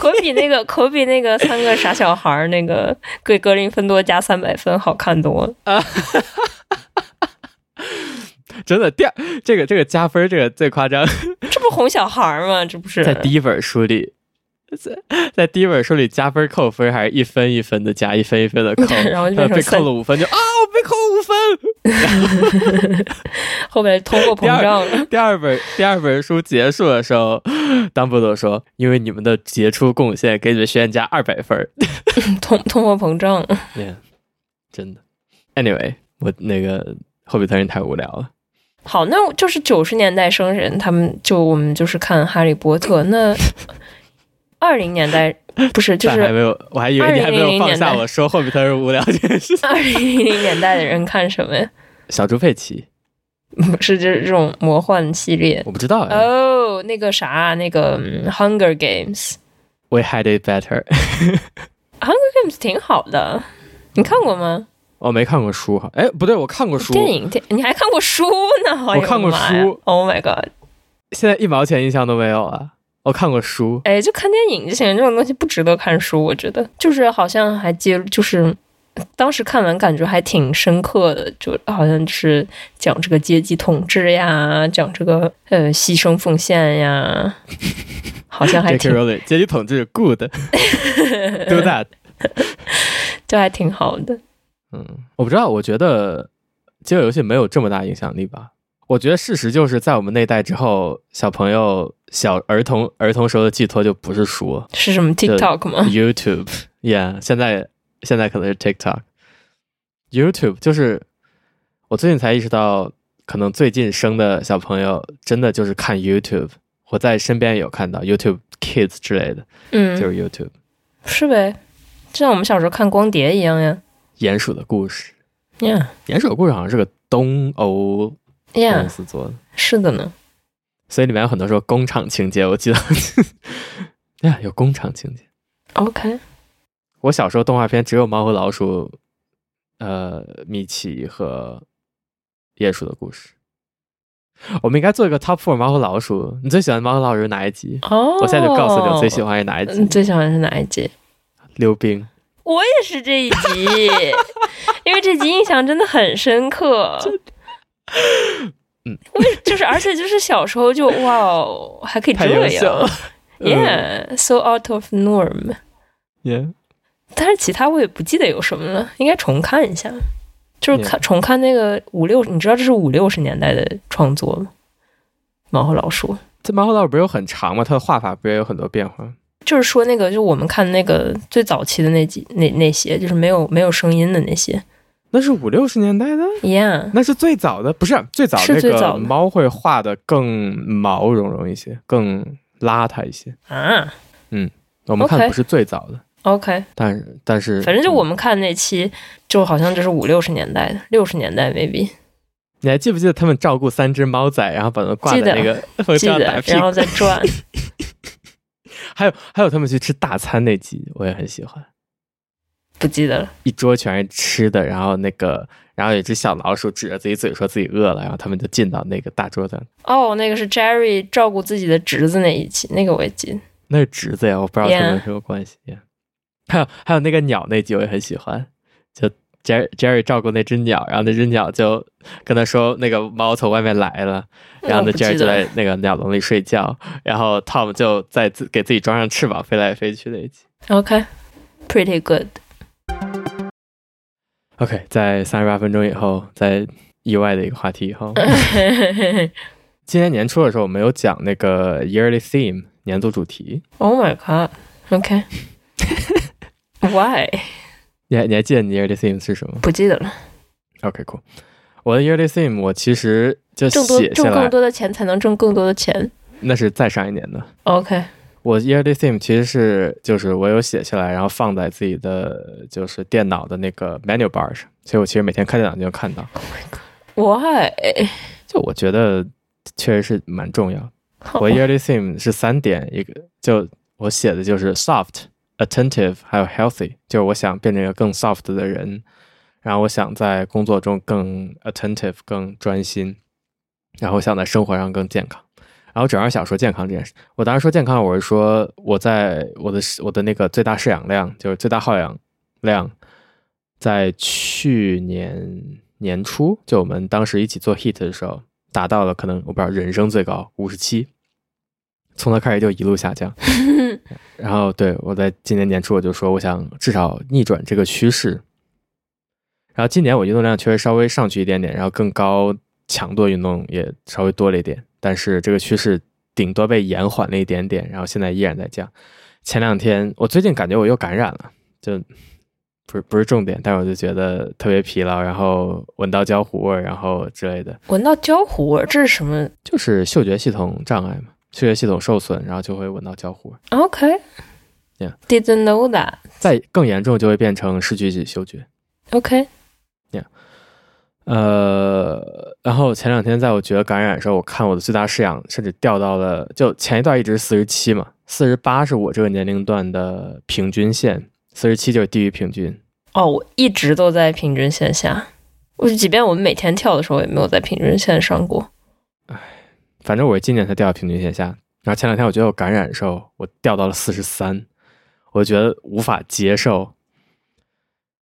可比那个可比那个三个傻小孩儿那个给格林芬多加三百分好看多了。
真的，第二这个这个加分儿这个最夸张，
这不哄小孩儿吗？这不 是
在第一本书 里，在在第一本书里加分扣分，还是一分一分的加，一分一分的扣，
然后就变成
被
三
扣了五分就啊，我被扣了五分。
后面通货 膨
第
胀
二
了。
第二本第二本书结束的时候，当布多说，因为你们的杰出贡献，给你们学院加二百分儿。
通通货膨胀了。
Yeah，真的。Anyway，我那个后比特人太无聊了。
好，那就是九十年代生人，他们就我们就是看《哈利波特》。那二零年代不是就
但还
是
没有，我还以为你还没有放
2000
下
年代
我说霍比特人无聊这件 事。
二零零年代的人看什么呀？
小猪佩奇，
不是就是这种魔幻系列
我不知道哎、
哦，那个啥，那个《嗯 Hunger Games》
We had it better。
，Hunger Games 挺好的，你看过吗？
哦我没看过书哈，哎，不对，我看过书。
电影，电你还看过书呢？哎呦
看过
妈呀
书
，Oh my god！
现在一毛钱印象都没有了。我看过书，
哎，就看电影就行，这种东西不值得看书，我觉得就是好像还接，就是当时看完感觉还挺深刻的，就好像是讲这个阶级统治呀，讲这个呃牺牲奉献呀，好像还
J.K.
挺
Rowling 阶级统治 good，do that。
就还挺好的。
嗯，我不知道，我觉得饥饿游戏没有这么大影响力吧。我觉得事实就是在我们那一代之后，小朋友、小儿童、儿童时候的寄托就不是书了
是什么 TikTok 吗？
，YouTube，yeah，现在现在可能是 TikTok，YouTube 就是我最近才意识到，可能最近生的小朋友真的就是看 YouTube。我在身边也有看到 YouTube Kids 之类的，就
嗯，
是 YouTube
是呗，就像我们小时候看光碟一样呀。
鼹鼠的故事。
Yeah,
鼹鼠的故事好像是个东欧
yeah，
公司做的。
是的呢。
所以里面有很多说工厂情节，我记得， 哎呀，有工厂情节。
OK，
我小时候动画片只有猫和老鼠，呃，米奇和鼹鼠的故事。我们应该做一个 top four 猫和老鼠。你最喜欢猫和老鼠是哪一集？
哦，
我现在就告诉你，我最喜欢是哪一
嗯
集。
最喜欢是哪一集？
溜冰，
我也是这一集，因为这集印象真的很深刻。
嗯，
我也就是，而且就是小时候就哇哦，还可以
太
这
优秀了嗯
样。，Yeah，so out of norm。
耶！
但是其他我也不记得有什么了，应该重看一下。就是看重看那个五六，你知道这是五六十年代的创作吗？《猫和老鼠》
这猫和老鼠不是有很长吗？它的画法不是也有很多变化？
就是说那个，就我们看那个最早期的那几那那些，就是没有没有声音的那些。
那是五六十年代的，
Yeah，
那是最早的，不是最早
是
那
最早
个
的
猫会画的更毛茸茸一些，更邋遢一些。
啊
我们看的
OK
不是最早的，
，OK，
但是但是嗯
反正就我们看那期，就好像这是五六十年代的，六十年代 maybe。
你还记不记得他们照顾三只猫仔，然后把它们挂在
记得
那个风
记
扇
得
打，屁
然
股？
后再转。
还有还有他们去吃大餐那集，我也很喜欢，
不记得了，
一桌全是吃的，然后那个然后有一只小老鼠指着自己嘴说自己饿了，然后他们就进到那个大桌子，
哦，那个是 Jerry 照顾自己的侄子那一期，那个我也记得。
那是侄子呀，我不知道他
Yeah
们什么关系。还有还有那个鸟那集我也很喜欢，就 Jerry Jerry 照顾那只鸟，然后那只鸟就跟他说那个猫从外面来了， 然后
我
呢
不记
，Jerry 就
得了
在那个鸟笼里睡觉，然后 Tom 就在自给自己装上翅膀飞来飞去那一集。
OK，pretty、good。
OK，在三十八分钟以后，在意外的一个话题以 后，今年年初的时候我们有讲那个 yearly theme 年度主题，
oh my god。OK 。Why？
你还你还记得你 yearly theme 是什么
不记得了。
？OK，cool、我的 yearly theme 我其实就
挣多
写
挣
下
更
来，
多的钱才能挣更多的钱。
那是再上一年的。
OK，
我 yearly theme 其实是就是我有写下来，然后放在自己的就是电脑的那个 menu bar 上，所以我其实每天看电脑就能看到。
Why？
就我觉得确实是蛮重要的。 我 yearly theme 是三点，一个就我写的就是 soft、attentive 还有 healthy，就是我想变成一个更 soft 的人，然后我想在工作中更 attentive、更专心，然后我想在生活上更健康。然后主要是想说健康这件事。我当时说健康，我是说我在我的我的那个最大摄氧量，就是最大耗氧量，在去年年初，就我们当时一起做 HIT 的时候，达到了可能我不知道人生最高五十七，从那开始就一路下降。然后对我在今年年初我就说我想至少逆转这个趋势。然后今年我运动量确实稍微上去一点点，然后更高强度运动也稍微多了一点，但是这个趋势顶多被延缓了一点点，然后现在依然在降。前两天我最近感觉我又感染了，就不是不是重点，但是我就觉得特别疲劳，然后闻到焦糊味儿，然后之类的。
闻到焦糊味儿，这是什么
就是嗅觉系统障碍嘛，嗅觉系统受损，然后就会闻到焦糊，
？OK。
Yeah.
Didn't know that.
再更严重就会变成失去嗅觉。
OK，
呃，然后前两天在我觉得感染的时候，我看我的最大视氧甚至掉到了，就前一段一直四十七嘛，四十八是我这个年龄段的平均线，四十七就是低于平均。
哦，我一直都在平均线下。我即便我们每天跳的时候，也没有在平均线上过。
反正我是今年才掉到平均线下，然后前两天我觉得我感染的时候，我掉到了四十三，我觉得无法接受。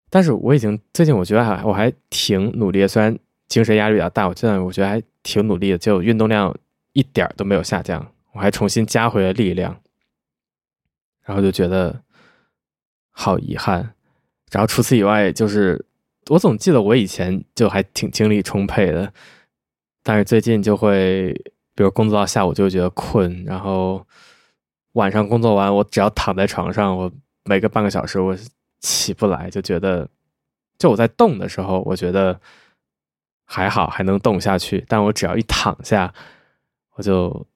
但是我已经最近我觉得还我还挺努力的，虽然精神压力比较大，我现在我觉得还挺努力的，就运动量一点儿都没有下降，我还重新加回了力量，然后就觉得好遗憾。然后除此以外，就是我总记得我以前就还挺精力充沛的，但是最近就会，比如工作到下午就会觉得困，然后晚上工作完，我只要躺在床上，我每个半个小时我起不来，就觉得，就我在动的时候，我觉得还好还能动下去，但我只要一躺下，我就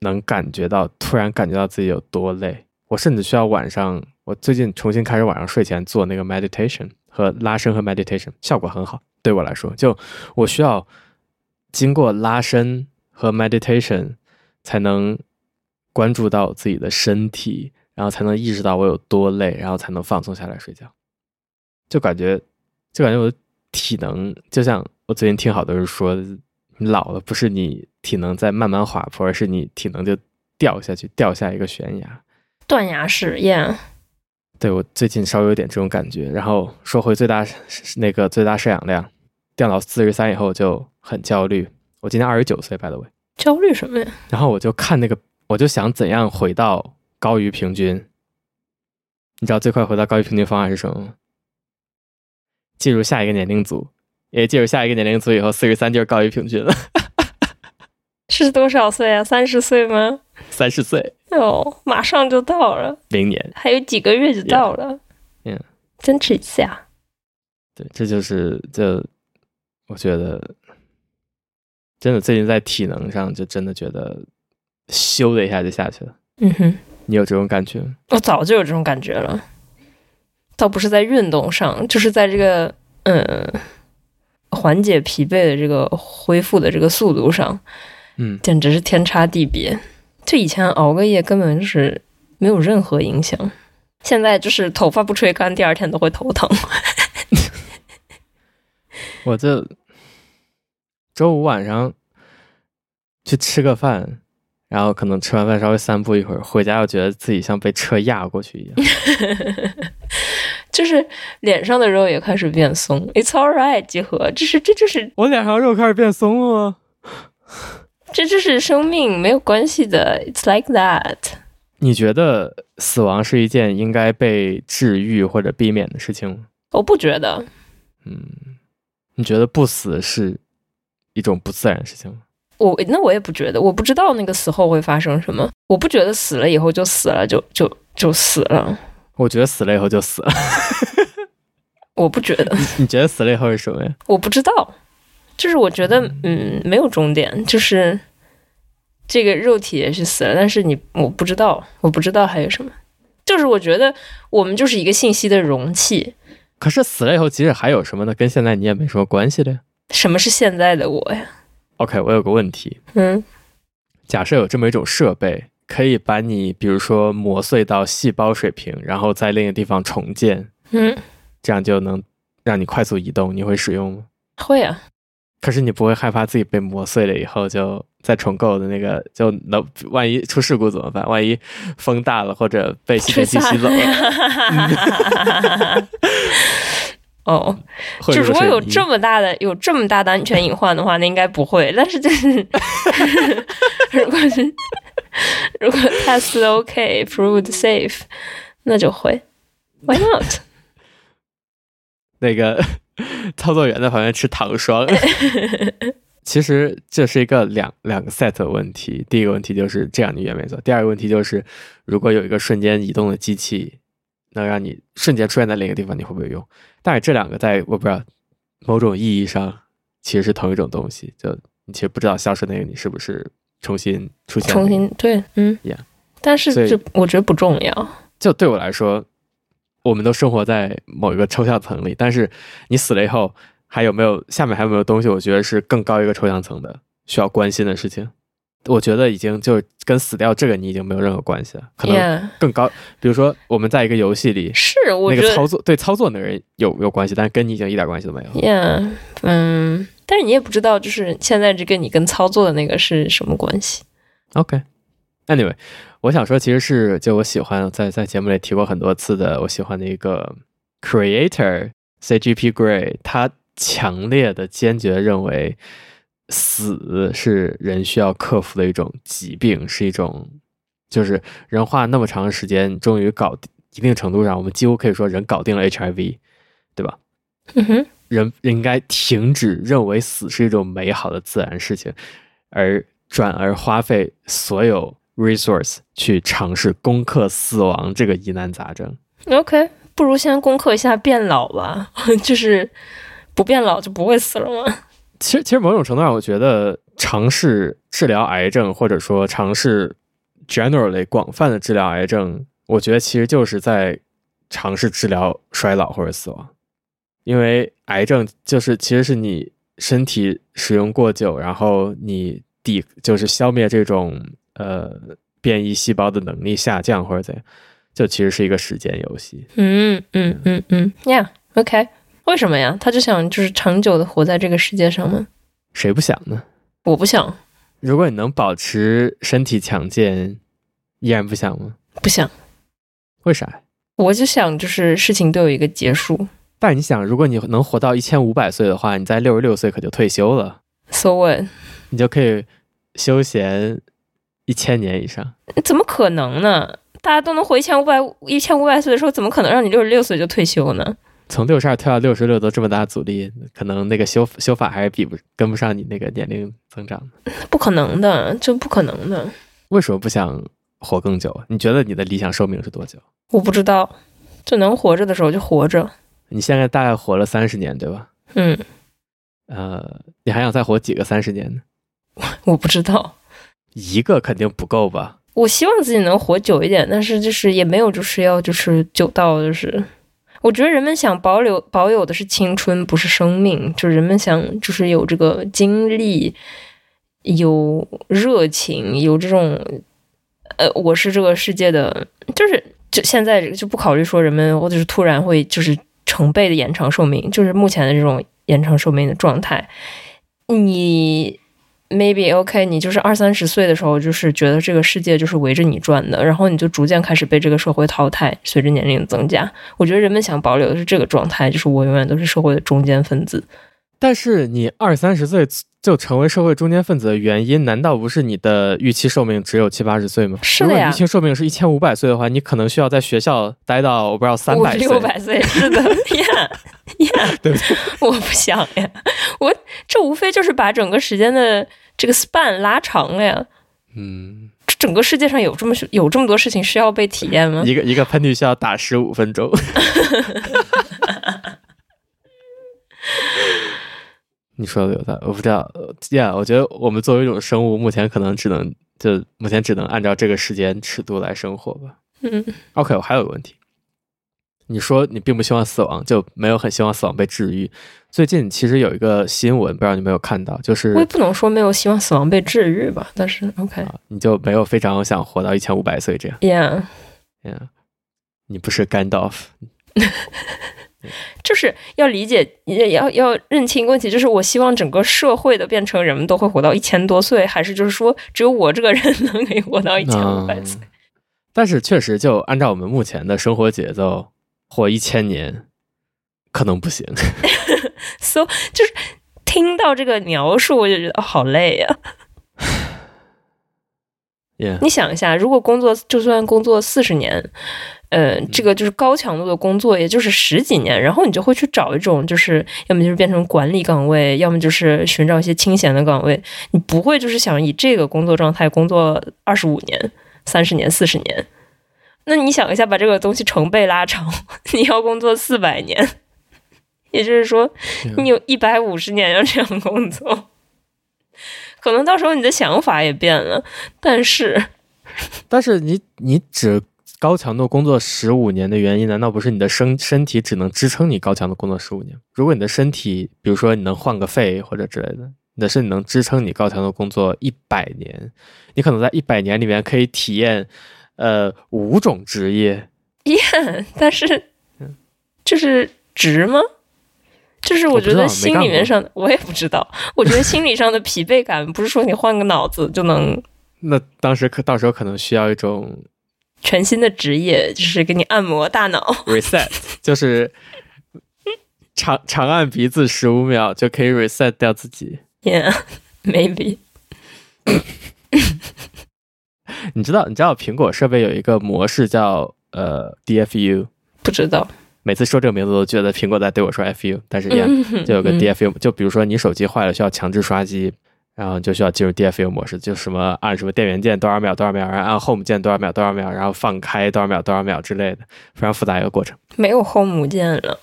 能感觉到，突然感觉到自己有多累。我甚至需要晚上，我最近重新开始晚上睡前做那个 meditation 和拉伸和 meditation，效果很好，对我来说，就我需要经过拉伸和 meditation 才能关注到自己的身体，然后才能意识到我有多累，然后才能放松下来睡觉。就感觉，就感觉我的体能，就像我最近听好多人说，你老了不是你体能在慢慢滑坡，而是你体能就掉下去，掉下一个悬崖。
断崖式，Yeah，
对我最近稍微有点这种感觉。然后说回最大那个最大摄氧量，掉到四十三以后就很焦虑。我今年二十九岁，by the way。
焦虑什么呀？
然后我就看那个，我就想怎样回到高于平均。你知道最快回到高于平均方案是什么吗？进入下一个年龄组，因为进入下一个年龄组以后，四十三就是高于平均了，
是多少岁啊？三十岁吗？
三十岁，
哦，马上就到了，
明年。
还有几个月就到了。
Yeah. Yeah.
坚持一下。
对，这就是就我觉得真的最近在体能上就真的觉得咻的一下就下去了。
嗯哼，
你有这种感觉吗？
我早就有这种感觉了，倒不是在运动上，就是在这个嗯呃缓解疲惫的这个恢复的这个速度上，
嗯，
简直是天差地别。就以前熬个夜根本就是没有任何影响，现在就是头发不吹干，第二天都会头疼。
我这周五晚上去吃个饭，然后可能吃完饭稍微散步一会儿，回家又觉得自己像被车压过去一样。
就是脸上的肉也开始变松。It's alright，集合，这是这就是
我脸上肉开始变松了吗？
这就是生命，没有关系的。It's like that。
你觉得死亡是一件应该被治愈或者避免的事情吗？
我不觉得，
嗯，你觉得不死是一种不自然的事情吗？
我那我也不觉得，我不知道那个死后会发生什么。我不觉得死了以后就死了，就就就死了。
我觉得死了以后就死了。
我不觉得，
你觉得死了以后是什么呀？
我不知道，就是我觉得，嗯，没有终点，就是这个肉体也许死了，但是你我不知道，我不知道还有什么。就是我觉得我们就是一个信息的容器。
可是死了以后，其实还有什么呢？跟现在你也没什么关系的呀。
什么是现在的我呀？
OK，我有个问题，
嗯，
假设有这么一种设备，可以把你，比如说磨碎到细胞水平，然后在另一个地方重建，
嗯，
这样就能让你快速移动，你会使用吗？
会啊，
可是你不会害怕自己被磨碎了以后就再重构的那个，就能万一出事故怎么办？万一风大了或者被吸
吹
尘器
散
吸走了，
了。哦，
会
就
入
如果
水
有
泥
这么大的有这么大的安全隐患的话，那应该不会。但是就是， 如果是如果 test OK proved safe，那就会。Why not？
那个 操作员在旁边吃糖霜。 其实这是一个两两个 set 的问题。第一个问题就是这样你也没错。第二个问题就是，如果有一个瞬间移动的机器，能让你瞬间出现在另一个地方，你会不会用？但是这两个在我不知道某种意义上其实是同一种东西，就你其实不知道消失那个你是不是重新出现、
重新对，嗯
Yeah
但
所
是
以
这我觉得不重要。
就对我来说，我们都生活在某一个抽象层里，但是你死了以后，还有没有下面还有没有东西？我觉得是更高一个抽象层的需要关心的事情。我觉得已经就跟死掉这个你已经没有任何关系了，可能
Yeah，
更高。比如说我们在一个游戏里，
是我
那
觉
个
得
操作对操作那个人有有关系，但是跟你已经一点关系都没有。
Yeah，嗯，但是你也不知道，就是现在这跟你跟操作的那个是什么关系。
OK。Anyway，我想说，其实是就我喜欢在在节目里提过很多次的，我喜欢的一个 creator CGP Grey，他强烈的坚决认为死是人需要克服的一种疾病，是一种就是人花那么长的时间，终于搞定一定程度上，我们几乎可以说人搞定了 HIV，对吧？
嗯哼，
人人应该停止认为死是一种美好的自然事情，而转而花费所有 resource 去尝试攻克死亡这个疑难杂症。
OK，不如先攻克一下变老吧， 就是不变老就不会死了吗？
其实，其实某种程度上，我觉得尝试治疗癌症，或者说尝试 generally 广泛的治疗癌症，我觉得其实就是在尝试治疗衰老或者死亡，因为癌症就是其实是你身体使用过久，然后你抵就是消灭这种呃变异细胞的能力下降或者怎样，就其实是一个时间游戏。
嗯嗯嗯嗯，Yeah，OK，、为什么呀？他就想就是长久的活在这个世界上吗？
谁不想呢？
我不想，
如果你能保持身体强健，依然不想吗？
不想，
为啥？
我就想就是事情都有一个结束。
但是你想，如果你能活到一千五百岁的话，你在六十六岁可就退休了，
So what？
你就可以休闲一千年以上。
怎么可能呢？大家都能活一千五百一千五百岁的时候，怎么可能让你六十六岁就退休呢？
从六十二跳到六十六都这么大阻力，可能那个修修法还是比不跟不上你那个年龄增长的。
不可能的，这不可能的。
为什么不想活更久啊？你觉得你的理想寿命是多久？
我不知道，就能活着的时候就活着。
你现在大概活了三十年，对吧？
嗯，
呃，你还想再活几个三十年呢？
我不知道。
一个肯定不够吧？
我希望自己能活久一点，但是就是也没有就是要就是久到就是，我觉得人们想保留保有的是青春，不是生命。就人们想就是有这个精力，有热情，有这种呃，我是这个世界的，就是就现在就不考虑说人们或者是突然会就是成倍的延长寿命，就是目前的这种延长寿命的状态，你。maybe OK，你就是二三十岁的时候，就是觉得这个世界就是围着你转的，然后你就逐渐开始被这个社会淘汰，随着年龄的增加。我觉得人们想保留的是这个状态，就是我永远都是社会的中间分子。
但是你二三十岁就成为社会中间分子的原因，难道不是你的预期寿命只有七八十岁吗？
是
如
的
果你
呀
预，期寿命是一千五百岁的话，你可能需要在学校待到我不知道三
我
百岁，
六百岁，是的 呀呀，
对不对？
我不想呀，我这无非就是把整个时间的这个 span 拉长了呀。
嗯，
这整个世界上有这么有这么多事情需要被体验吗？
一个一个喷嚏需要打十五 分钟。你说的有道理，我不知道。Yeah，我觉得我们作为一种生物，目前可能只能就目前只能按照这个时间尺度来生活吧。
嗯，
OK，我还有个问题，你说你并不希望死亡，就没有很希望死亡被治愈。最近其实有一个新闻，不知道你有没有看到，就是
我也不能说没有希望死亡被治愈吧，但是 OK，
啊，你就没有非常想活到一千五百岁这样。
yeah。
Yeah，你不是甘道夫。
就是要理解，也要要认清问题，就是我希望整个社会的变成人们都会活到一千多岁，还是就是说只有我这个人能可以活到一千五百岁？
嗯但是确实，就按照我们目前的生活节奏，活一千年可能不行。
so, 就是听到这个描述，我就觉得、哦好累呀、
yeah，
你想一下，如果工作就算工作四十年，呃，这个就是高强度的工作，也就是十几年，然后你就会去找一种，就是要么就是变成管理岗位，要么就是寻找一些清闲的岗位。你不会就是想以这个工作状态工作二十五年、三十年、四十年。那你想一下，把这个东西成倍拉长， 你要工作四百年，也就是说，你有一百五十年要这样工作，可能到时候你的想法也变了，但是。
但是你你只高强度工作十五年的原因，难道不是你的身身体只能支撑你高强度工作十五年？如果你的身体，比如说你能换个肺或者之类的，你的身体能支撑你高强度工作一百年，你可能在一百年里面可以体验呃五种职业。
但是
嗯
就是值吗？就是
我
我
不
觉
知道
得
没
心
干
里面
过
上的，我也不知道。我觉得心理上的疲惫感，不是说你换个脑子就能
那当时可到时候可能需要一种
全新的职业，就是给你按摩大脑。
reset，就是长长按鼻子十五秒就可以 reset 掉自己。
Yeah，maybe。
你知道，你知道苹果设备有一个模式叫呃 DFU，
不知道，
每次说这个名字都觉得苹果在对我说 FU，但是也
嗯
就有个
嗯
DFU，就比如说你手机坏了需要强制刷机。然后你就需要进入 DFU 模式，就什么按什么电源键多少秒多少秒，然后按 Home 键多少秒多少秒，然后放开多少秒多少秒之类的，非常复杂一个过程。
没有 home 键了。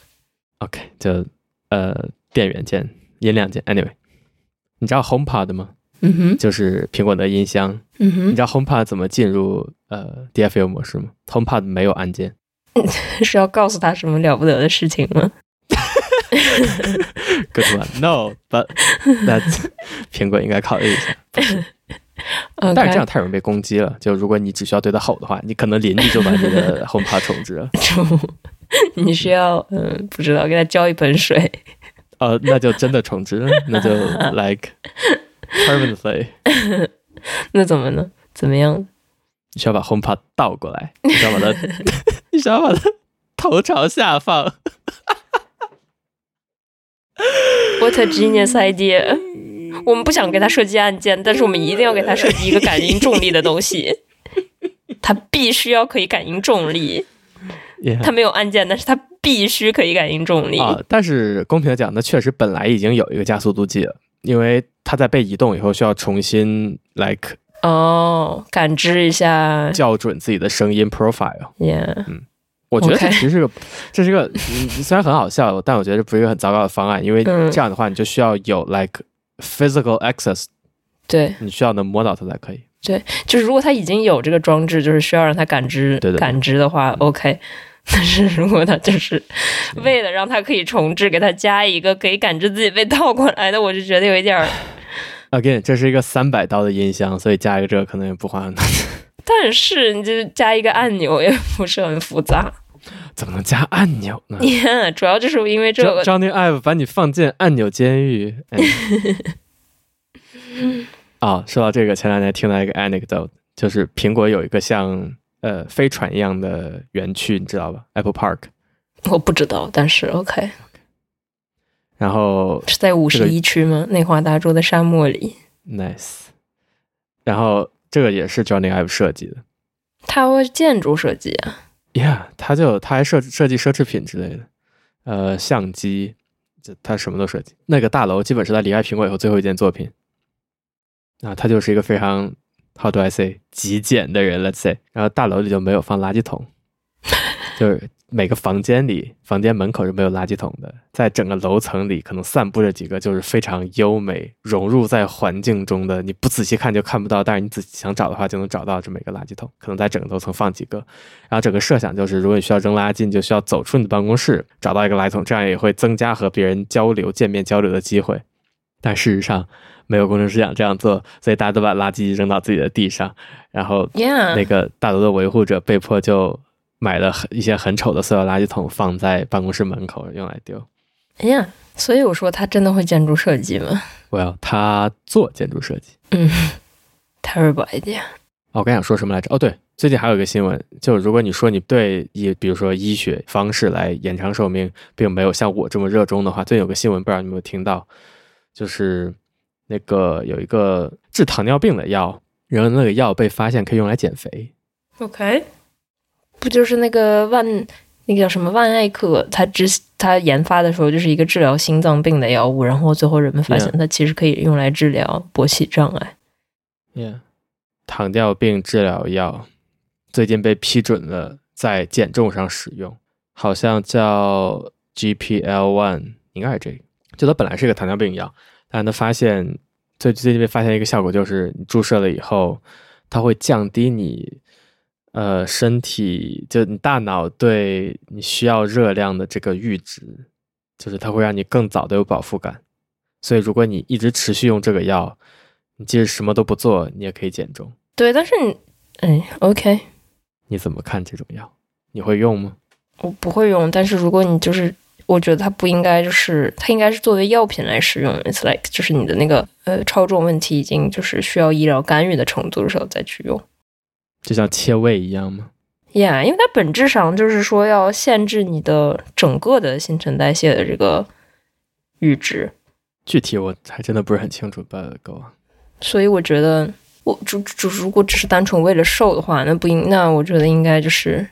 OK，就呃电源键、音量键，anyway，你知道 HomePod 吗？
嗯哼，
就是苹果的音箱。
嗯
你
哼
知道 HomePod 怎么进入呃 DFU 模式吗？HomePod 没有按键，，
是要告诉他什么了不得的事情吗？
Good one. No, but that 苹果应该考虑一 下。
o
但是这样太容易被攻击了。就如果你只需要对它吼的话，你可能邻居就把你 的 HomePod 重置了。
你是要嗯，不知道给他浇一盆水。
呃，那就真的重置 了，那就 like permanently。
那怎么呢？怎么样？
你需要把 HomePod 倒过来，你需要把它，你需要把它头朝下放。
What a genius idea！我们不想给他设计按键，但是我们一定要给他设计一个感应重力的东西。它必须要可以感应重力，它
Yeah.
没有按键，但是它必须可以感应重力。
啊，但是公平的讲，那确实本来已经有一个加速度计了，因为它在被移动以后需要重新 like
哦，感知一下
校准自己的声音 profile。
，Yeah，
我觉得这
OK
其实是个，这是一个嗯虽然很好笑，但我觉得这不是一个很糟糕的方案，因为
嗯
这样的话你就需要有 like physical access，
对，
你需要能摸到它才可以。
就是如果它已经有这个装置，就是需要让它感知
对对对嗯
感知的话，OK，但是如果他就是为了让他可以重置，给他加一个可以感知自己被倒过来的，我就觉得有一点儿。
Again，这是一个三百刀的音箱，所以加一个这个可能也不花很多。
但是你就加一个按钮也不是很复杂，
怎么能加按钮呢？
Yeah，主要 就是因为这
招
个
招那 app 把你放进按钮监狱。 哎啊、说到这个，前两天听到一个 anecdote，就是苹果有一个像呃飞船一样的园区，你知道吧？Apple Park。
我不知道，但是 OK
然后
是在五十一区吗？内华达州的沙漠里，
nice，然后这个也是 Johnny Ive 设计的
它会建筑设计啊，
，Yeah，他就他还设设计奢侈品之类的，呃，相机，这他什么都设计。那个大楼基本是他离开苹果以后最后一件作品。啊，他就是一个非常 how do I say 极简的人，let's say。然后大楼里就没有放垃圾桶，就是每个房间里，房间门口是没有垃圾桶的，在整个楼层里可能散布着几个就是非常优美、融入在环境中的，你不仔细看就看不到，但是你仔细想找的话就能找到这么一个垃圾桶，可能在整个楼层放几个。然后整个设想就是，如果你需要扔垃圾，你就需要走出你的办公室，找到一个垃圾桶，这样也会增加和别人交流、见面交流的机会。但事实上，没有工程师想这样做，所以大家都把垃圾扔到自己的地上，然后
Yeah
那个大楼的维护者被迫就买了很一些很丑的塑料垃圾桶放在办公室门口用来丢。
哎呀，所以我说它真的会建筑设计吗
Well，他做建筑设计。
？Terrible idea。
哦，我刚想说什么来着？哦，对，最近还有一个新闻，就是如果你说你对以比如说医学方式来延长寿命，并没有像我这么热衷的话，最近有个新闻，不知道你有没有听到，就是那个有一个治糖尿病的药，然后那个药被发现可以用来减肥。
OK，不就是那个万那个叫什么万艾克，他之他研发的时候就是一个治疗心脏病的药物，然后最后人们发现
Yeah
它其实可以用来治疗勃起障碍。
Yeah，糖尿病治疗药最近被批准了在减重上使用，好像叫 GPL one，应该是这个。就它本来是一个糖尿病药，但它发现最最近被发现一个效果就是，你注射了以后，它会降低你呃身体就你大脑对你需要热量的这个阈值，就是它会让你更早的有饱腹感。所以如果你一直持续用这个药，你即使什么都不做，你也可以减重。
对，但是你，哎，OK，
你怎么看这种药？你会用吗？
我不会用，但是如果你就是。我觉得它不应该，就是它应该是作为药品来使用。It's like 就是你的那个呃超重问题已经就是需要医疗干预的程度的时候再去用。
就像切胃一样吗？
Yeah，因为它本质上就是说要限制你的整个的新陈代谢的这个阈值，
具体我还真的不是很清楚。But go on。
所以我觉得我主主如果只是单纯为了瘦的话，那不应那我觉得应该就是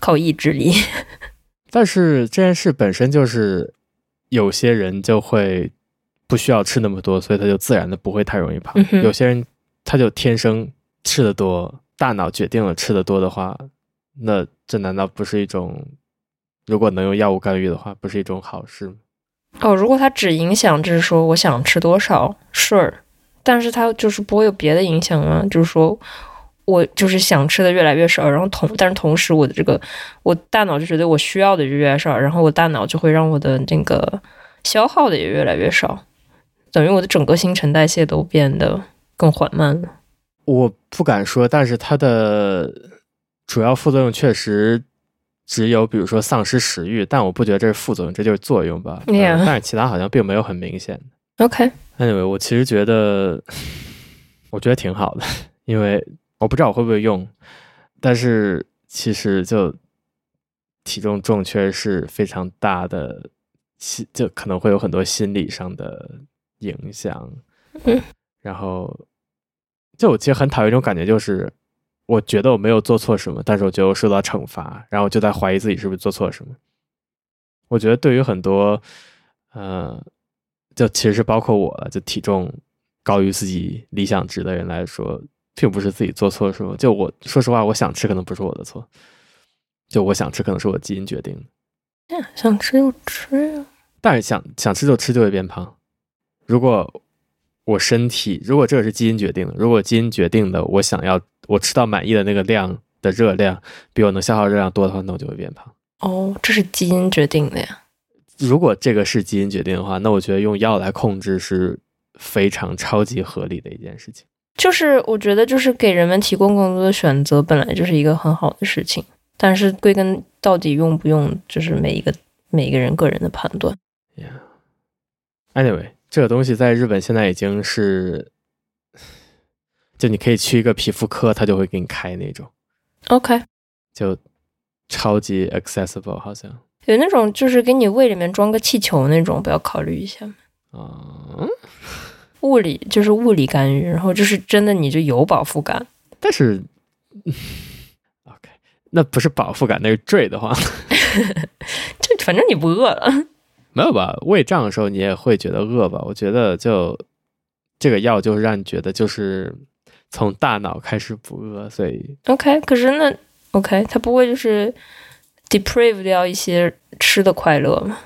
靠意志力。
但是这件事本身就是，有些人就会不需要吃那么多，所以他就自然的不会太容易胖。
嗯哼
有些人他就天生吃的多，大脑决定了吃的多的话，那这难道不是一种？如果能用药物干预的话，不是一种好事吗？
哦，如果它只影响就是说我想吃多少，sure，但是它就是不会有别的影响吗？就是说我就是想吃的越来越少，然后同但是同时我的这个我大脑就觉得我需要的就越来越少，然后我大脑就会让我的那个消耗的也越来越少，等于我的整个新陈代谢都变得更缓慢了。
我不敢说，但是它的主要副作用确实只有比如说丧失食欲，但我不觉得这是副作用，这就是作用吧。嗯
Yeah
但是其他好像并没有很明显。
OK，
Anyway，我其实觉得，我觉得挺好的，因为我不知道我会不会用，但是其实就体重重缺是非常大的，心就可能会有很多心理上的影响。
嗯
然后，就我其实很讨厌一种感觉，就是我觉得我没有做错什么，但是我觉得我受到惩罚，然后我就在怀疑自己是不是做错了什么。我觉得对于很多，呃，就其实是包括我了，就体重高于自己理想值的人来说，并不是自己做错了什么。就我说实话，我想吃可能不是我的错，就我想吃可能是我基因决定的。
想吃就吃呀、
但是想想吃就吃，就会变胖。如果我身体，如果这个是基因决定的，如果基因决定的，我想要我吃到满意的那个量，的热量比我能消耗热量多的话，那我就会变胖。
哦，这是基因决定的呀。
如果这个是基因决定的话，那我觉得用药来控制是非常超级合理的一件事情。
就是我觉得，就是给人们提供更多的选择，本来就是一个很好的事情。但是归根到底用不用，就是每一个每一个人个人的判断。
Anyway，这个东西在日本现在已经是，就你可以去一个皮肤科，他就会给你开那种，
OK，
就超级 accessible，好像
有那种就是给你胃里面装个气球那种，不要考虑一下吗
啊、
物理就是物理干预，然后就是真的你就有饱腹感。
但是 嗯，OK，那不是饱腹感，那是坠的话，
这反正你不饿了，
没有吧？胃胀的时候你也会觉得饿吧？我觉得就这个药就是让你觉得就是从大脑开始不饿，所以
OK，可是那 OK，它不会就是 deprive 掉一些吃的快乐吗？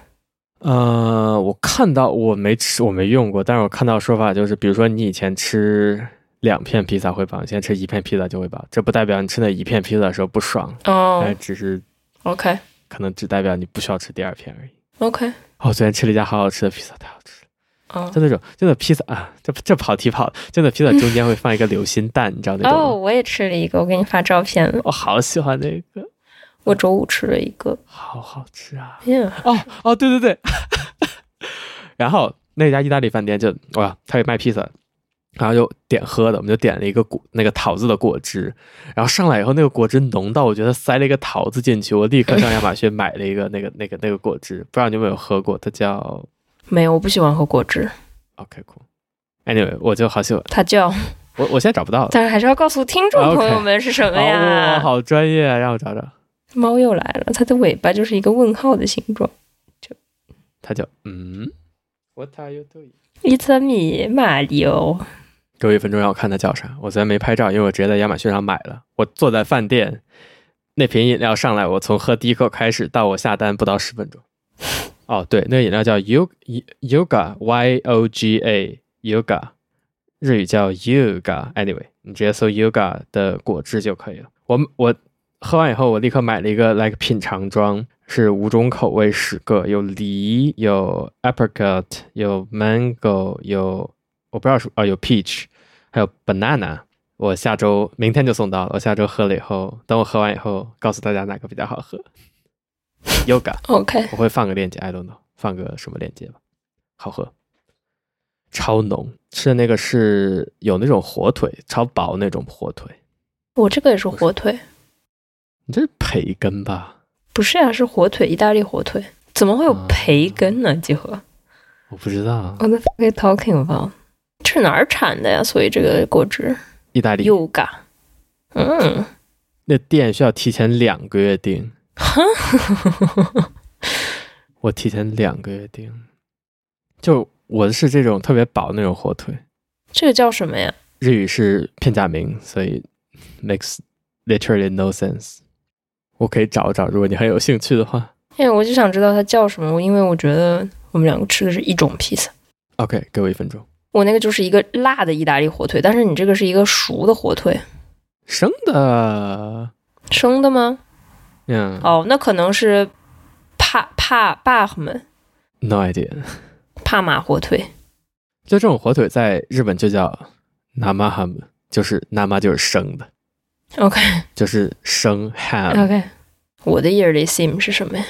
呃，我看到我没吃，我没用过，但是我看到说法就是，比如说你以前吃两片披萨会饱，你现在吃一片披萨就会饱，这不代表你吃那一片披萨的时候不爽，
哦、哎
但只是
o k
可能只代表你不需要吃第二片而已。
OK，
哦，我昨天吃了一家好好吃的披萨，太好吃了，
哦、
就那种就那披萨啊，这这跑题跑了，就那披萨中间会放一个流心蛋，你知道那种
哦，
吗？
我也吃了一个，我给你发照片了。
我好喜欢那个，
我周五吃了一个，
好好吃啊！
哎呀，
哦哦，对对 对。然后那家意大利饭店就哇，他也卖披萨，然后就点喝的，我们就点了一个果那个桃子的果汁，然后上来以后那个果汁浓到我觉得塞了一个桃子进去，我立刻上亚马逊买了一个那个那个那个果汁，不知道你有没有喝过，它叫
没有，我不喜欢喝果汁，
OK cool。Anyway，我就好喜欢
它 叫，
我我现在找不到了，
但是还是要告诉听众
OK
朋友们是什么呀
哦，好专业啊，让我找找，
猫又来了，它的尾巴就是一个问号的形状。
它叫嗯，What are you doing？
It's a me，马里奥。
给我一分钟让我看它叫啥。我昨天没拍照，因为我直接在亚马逊上买了。我坐在饭店，那瓶饮料上来，我从喝第一口开始到我下单不到十分钟。哦，对，那个饮料叫 Yoga Yoga Y O G A Yoga，日语叫 Yoga。Anyway，你直接搜 Yoga 的果汁就可以了。我我喝完以后，我立刻买了一个来个品尝装，是五种口味十个，有梨，有 apricot，有 mango，有我不知道是啊、有 peach，还有 banana。我下周明天就送到了，我下周喝了以后，等我喝完以后，告诉大家哪个比较好喝。Yoga，
OK，
我会放个链接，I don't know，放个什么链接吧。好喝，超浓，吃的那个是有那种火腿，超薄那种火腿，
我这个也是火腿，
你这是培根吧？
不是啊呀、是火腿，意大利火腿。怎么会有
啊
培根呢？集合
我不知道，
，What the fuck are you talking about？这是哪儿产的呀？所以这个果汁
意大利
Yoga，嗯，
那店需要提前两个月订，我提前两个月订，就我是这种特别薄那种火腿，
这个叫什么呀？
日语是片假名，所以 makes literally no sense。我可以找找，如果你很有兴趣的话。
因哎为我就想知道它叫什么，因为我觉得我们两个吃的是一种披萨。
OK，给我一分钟。
我那个就是一个辣的意大利火腿，但是你这个是一个熟的火腿，
生的，
生的吗？
嗯、
哦，那可能是帕帕帕们
n o idea。
帕马火腿。
就这种火腿在日本就叫 nama ham，就是 nama 就是生的，
OK
就是生 ham。
OK，我的 yearly sim 是什么呀？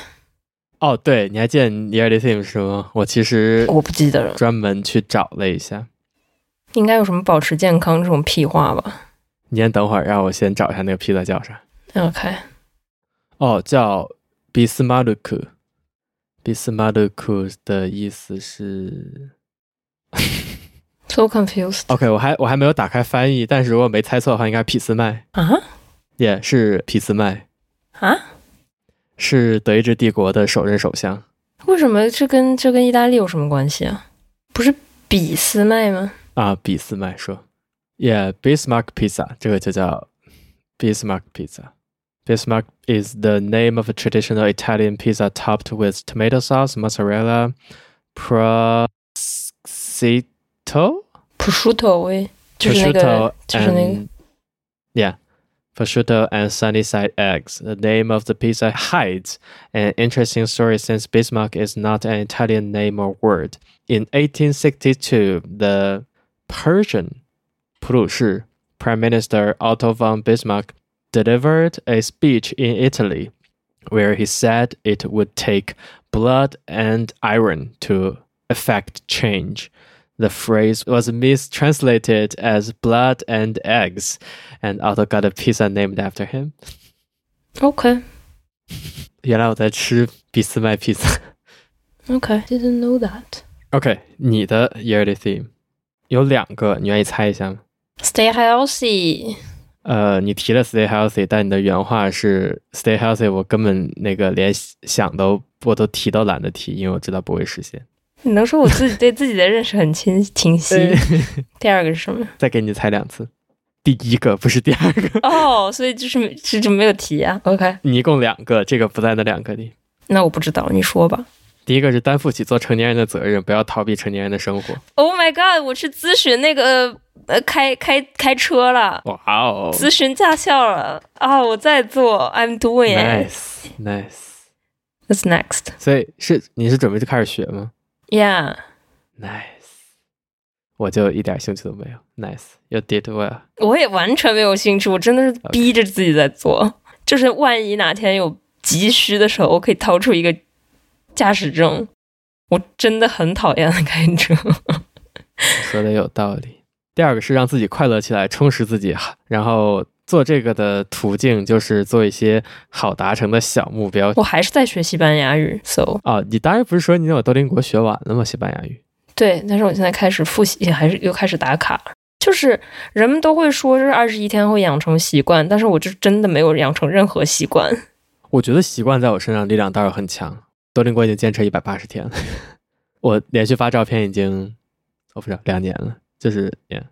哦，对，你还记得你 early theme 是吗？我其实
我不记得了，
专门去找了一下。
应该有什么保持健康这种屁话吧
你先等会儿，让我先找一下那个披萨叫啥。
？OK，
哦，叫 Bismarck。Bismarck 的意思是
so confused
，OK，我还我还没有打开翻译，但是如果没猜错的话，应该俾斯麦，
啊
也、是俾斯麦。
啊！
是德意志帝国的首任首相。
为什么这跟这跟意大利有什么关系啊？不是俾斯麦吗？
啊，俾斯麦说，Yeah, Bismarck Pizza，这个就叫 Bismarck Pizza。Bismarck is the name of a traditional Italian pizza topped with tomato sauce, mozzarella, prosciutto,
普舒头味，就是那个
prosciutto
就是那个
and yeah, prosciutto and sunny side eggs. The name of the pizza hides an interesting story since Bismarck is not an Italian name or word. In 1862, the Persian 普鲁士 Prime Minister Otto von Bismarck delivered a speech in Italy where he said it would take blood and iron to effect change. The phrase was mistranslated as blood and eggs, and Otto got a pizza named after him.
OK
原来我在吃俾斯麦披萨。
OK didn't know that.
OK，你的 yearly theme 有两个，你愿意猜一下吗？
Stay healthy.
呃，你提了 stay healthy，但你的原话是 stay healthy，我根本那个连想都我都提都懒得提，因为我知道不会实现。
你能说我自己对自己的认识很清清晰？第二个是什么？
再给你猜两次，第一个不是第二个，
哦，所以就是这就没有提啊。OK，
你一共两个，这个不在那两个里。
那我不知道，你说吧。
第一个是担负起做成年人的责任，不要逃避成年人的生活。
Oh my god！我去咨询那个呃开开开车了，
哇哦
咨询驾校了啊！我在做，I'm doing it.
，nice nice，
What's next?
所以是你是准备就开始学吗
Yeah，
？Nice，我就一点兴趣都没有。Nice，you did well。
我也完全没有兴趣，我真的是逼着自己在做。就是万一哪天有急需的时候，我可以掏出一个驾驶证。我真的很讨厌 开车。
说的有道理。第二个是让自己快乐起来，充实自己，然后做这个的途径就是做一些好达成的小目标。
我还是在学西班牙语，so
啊、你当然不是说你有多邻国学完了吗？西班牙语
对，但是我现在开始复习，还是又开始打卡。就是人们都会说这二十一天会养成习惯，但是我就真的没有养成任何习惯。
我觉得习惯在我身上力量倒是很强。多邻国已经坚持一百八十天了， 我连续发照片已经我不知道两年了，就是也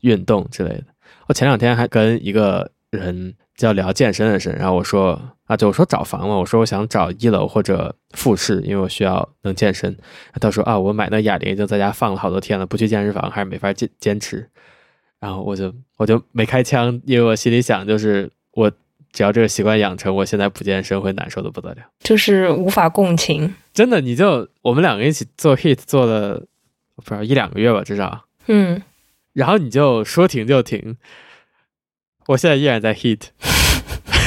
运动之类的。我前两天还跟一个人叫聊健身的事，然后我说啊，就我说找房嘛，我说我想找一楼或者复式，因为我需要能健身。他说啊，我买那哑铃已经在家放了好多天了，不去健身房还是没法坚坚持。然后我就我就没开枪，因为我心里想就是我只要这个习惯养成，我现在不健身会难受的不得了。
就是无法共情。
真的，你就我们两个一起做 hit 做了我不知道一两个月吧，至少。
嗯，
然后你就说停就停。我现在依然在 hit，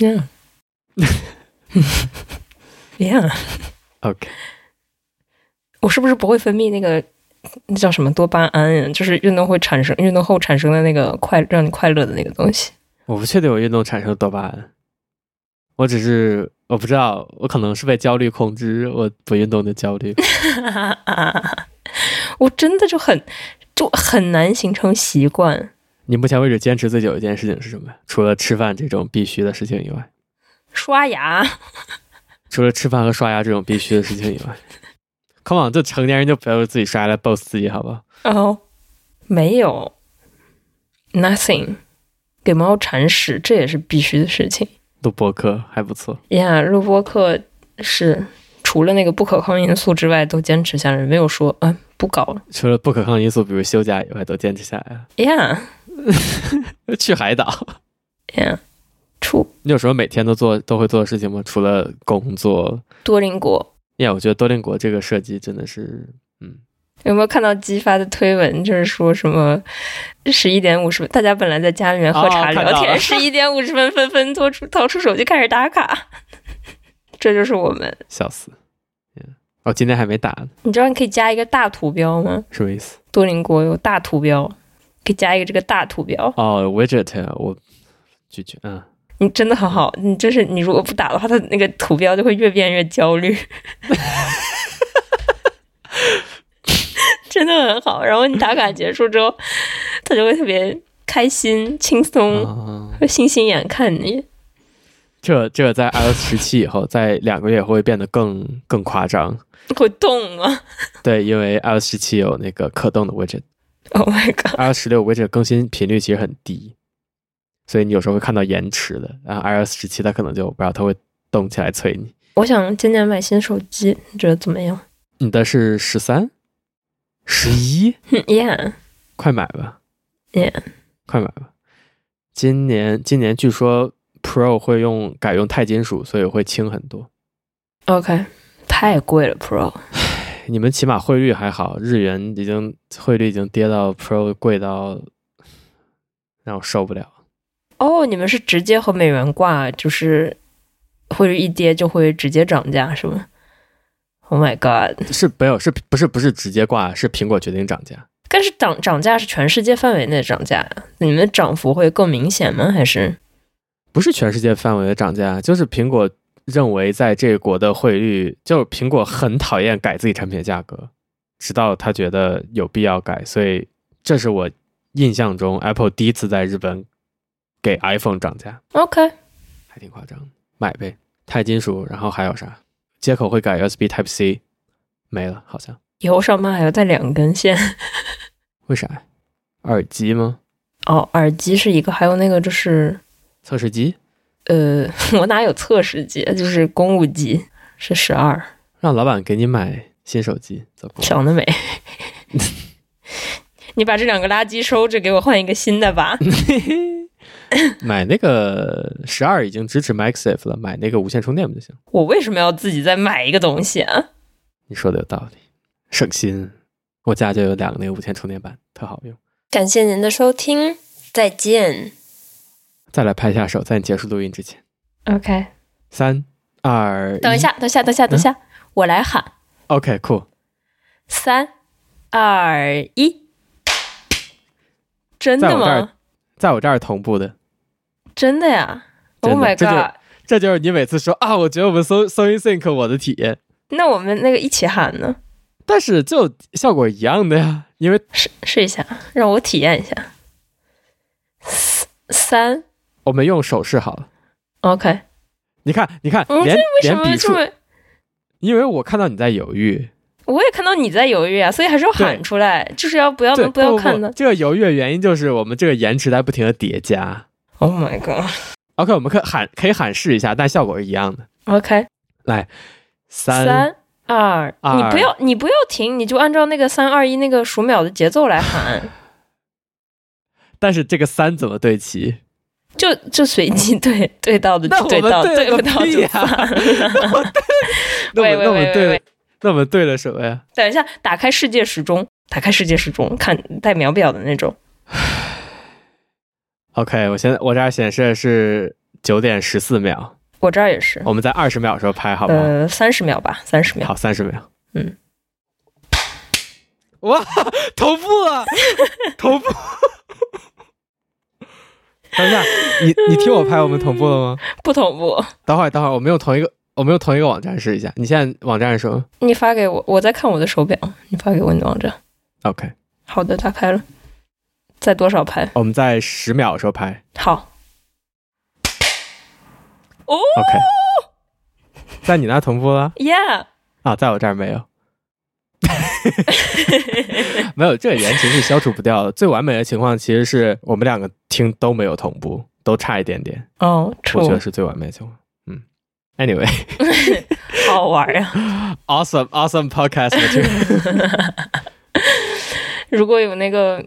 Yeah. yeah.
OK
我是不是不会分泌那个那叫什么多巴胺呀？就是运动会产生运动后产生的那个快让你快乐的那个东西。
我不确定我运动产生多巴胺，我只是我不知道，我可能是被焦虑控制，我不运动就焦虑。
我真的就很就很难形成习惯。
你目前为止坚持最久一件事情是什么呀？除了吃饭这种必须的事情以外，
刷牙，
除了吃饭和刷牙这种必须的事情以外，Come on，就成年人就不要自己刷牙来 boss 自己，好不好？
然后没有 nothing，给猫铲屎这也是必须的事情。
录播课还不错，
呀，录播课是除了那个不可抗因素之外都坚持下来，没有说啊不搞了。
除了不可抗因素，比如休假以外，都坚持下来了。
Yeah,
去海岛，
yeah，出
你有什么每天都做都会做的事情吗？除了工作，
多邻国
呀、我觉得多邻国这个设计真的是，嗯，
有没有看到激发的推文？就是说什么十一点五十分，大家本来在家里面喝茶
哦看
聊
到
天，
了
十一点五十分纷纷掏出掏出手机开始打卡。这就是我们，
笑死。嗯，我、今天还没打呢，
你知道你可以加一个大图标吗？
什么意思？
多邻国有大图标，可以加一个这个大图标。
哦，widget，我拒绝，嗯。
你真的很好，你就是你如果不打的话，它那个图标就会越变越焦虑，真的很好。然后你打卡结束之后，它就会特别开心、轻松，
啊，
会星星眼看你。
这这在 iOS 十七以后，在两个月会变得更更夸张。
会动吗
对，因为 iOS 十七有那个可动的 widget，iOS
？Oh my god！
十六 widget 更新频率其实很低，所以你有时候会看到延迟的。然后 iOS 十七它可能就我不知道它会动起来催你。
我想今年买新手机，你觉得怎么样
你的是十三、十一，
？Yeah，
快买吧
Yeah。
快买吧。今年今年据说 Pro 会用改用钛金属，所以会轻很多。
OK，太贵了 Pro。
你们起码汇率还好，日元已经汇率已经跌到 Pro 贵到让我受不了。
哦，你们是直接和美元挂，就是汇率一跌就会直接涨价，是吗？Oh my god！
是没有是不是不是直接挂？是苹果决定涨价。
但是涨涨价是全世界范围内的涨价呀，你们的涨幅会更明显吗？还是
不是全世界范围的涨价，就是苹果认为在这国的汇率，就是苹果很讨厌改自己产品的价格，直到他觉得有必要改，所以这是我印象中 Apple 第一次在日本给 iPhone 涨价，
OK？
还挺夸张的。买呗，钛金属，然后还有啥？接口会改 USB Type C，没了好像，
以后上班还要带两根线
为啥呀？耳机吗？
哦，耳机是一个，还有那个就是
测试机？
呃， 我哪有测试机？就是公务机是十二，
让老板给你买新手机，怎么了？
想得美。 你把这两个垃圾收着，给我换一个新的 吧。
买那个十二已经支持 MagSafe 了，买那个无线充电不就行？
我为什么要自己再买一个东西啊？
你说的有道理，省心。我家就有两个那个无线充电板，特好用。
感谢您的收听，再见。
再来拍一下手，在你结束录音之前，
OK，嗯
三二，
等一下，等一下，等一下，等一下，我来喊
，OK，酷、
三二一。真
在
的
我这儿
吗？
在我这儿同步的，
真的呀
真
！Oh
的
my
这就是
god！
这就是你每次说啊，我觉得我们搜搜音 sync 我的体验，
那我们那个一起喊呢？
但是就效果一样的呀，因为
试试一下，让我体验一下。三三
我们用手势好了。
，OK。
你看，你看，
嗯
连
为什
连
么
笔
这
触，
么？
因为我看到你在犹豫，
我也看到你在犹豫啊，所以还是要喊出来，就是要不要
对，
不要看
不
的。
这个犹豫的原因就是我们这个延迟在不停的叠加。
Oh my god！OK，、
OK，我们可以喊可以喊试一下，但效果是一样的。来，三
三二，
二
你不要你不要停，你就按照那个三二一那个数秒的节奏来喊，
但是这个三怎么对齐？
就就随机对对到的
嗯那
就
我
对
们
到，
对
对
了啊
不
个
到
屁
就
呀
算了。
那
喂
我
喂
那我们
喂喂
对了
喂，
那我们对了什么呀？
等一下，打开世界时钟，打开世界时钟，看带秒表的那种。
OK，我现在我这儿显示的是九点十四秒，
我这儿也是，
我们在二十秒的时候哦拍，好吗？
呃，三十秒吧，三十秒。
好，三十秒。
呃嗯，
哇，啊同步 了，同步。等一下，你你听我拍，我们同步了吗？
不同步，
等会儿，等会儿，我们用同一个，我们用同一个网站试一下。你现在网站是什么
你发给我，我在看我的手表，你发给我你的网站。
？OK，
好的，打开了。在多少拍？
我们在十秒的时候拍。
好。哦
OK，在你那同步了
，Yeah，
啊，在我这儿没有。 没有，这个延迟是消除不掉的。最完美的情况其实是我们两个听都没有同步，都差一点点，
哦，
我觉得
true，
是最完美的情况。嗯，Anyway，awesome
好玩呀、啊！
awesome podcast material。
如果有那个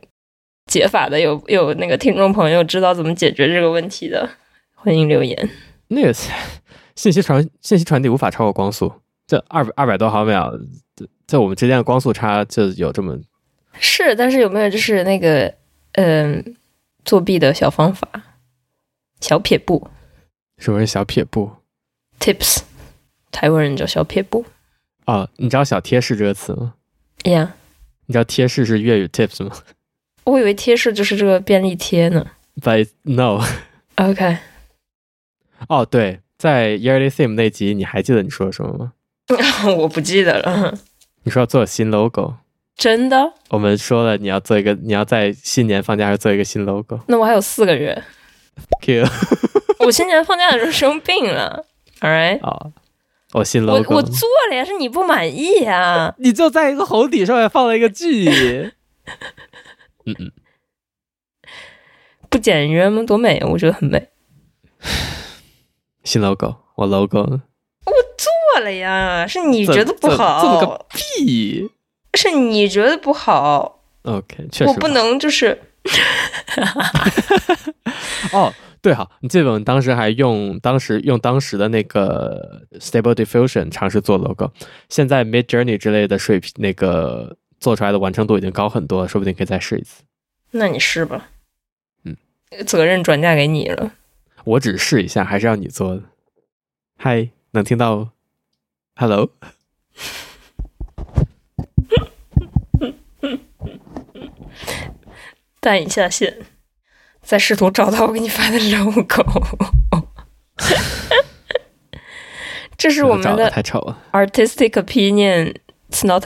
解法的，有有那个听众朋友知道怎么解决这个问题的，欢迎留言。
那个信息传信息传递无法超过光速，这二百二百多毫秒，这这我们之间的光速差就有这么
是，但是有没有就是那个嗯、作弊的小方法、小撇步
什么是小撇步
tips？台湾人叫小撇步
哦，你知道“小贴士”这个词吗？
呀
你知道“贴士”是粤语 “tips” 吗
我以为贴士就是这个便利贴呢。
？But it's- no，
OK，
哦对，在 Yearly Theme 那集，你还记得你说什么吗？
我不记得了，
你说要做新 logo，
嗯真的？
我们说了你要做一个，你要在新年放假时做一个新 logo。
那我还有四个月，
Q
我新年放假的时候生病了。All right，
啊，我新
我
logo，
我做了呀，是你不满意呀。
你就在一个红底上面放了一个 G。
不简约吗？多美啊！我觉得很美。
新 logo，我 logo
做了呀，是你
这
觉得不
这
好，
这么个 B。
是你觉得不好，
OK，确实
我不能就是
哦，对哈，你记得我们当时还用当时用当时的那个 Stable Diffusion 尝试做 logo，现在 Mid Journey 之类的水平那个做出来的完成度已经高很多了，说不定可以再试一次。
那你试吧，
嗯，
责任转嫁给你了。
我只试一下，还是要你做的。嗨，能听到？Hello，
但一下线，再试图找到我给你发的 logo。这是我们
找的
的
太丑了
artistic opinion。It's not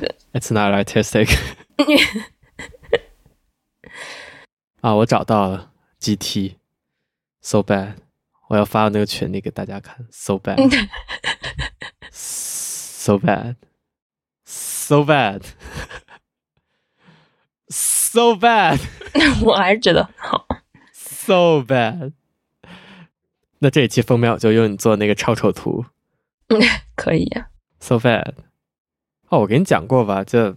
的，
，It's not artistic 啊，我找到了 GT，so bad，我要发到那个群里给大家看，so bad，so bad，so bad，so bad。
我还是觉得好。
so bad。那这一期封面我就用你做那个超丑图
可以、啊
，so bad。哦，我给你讲过吧，就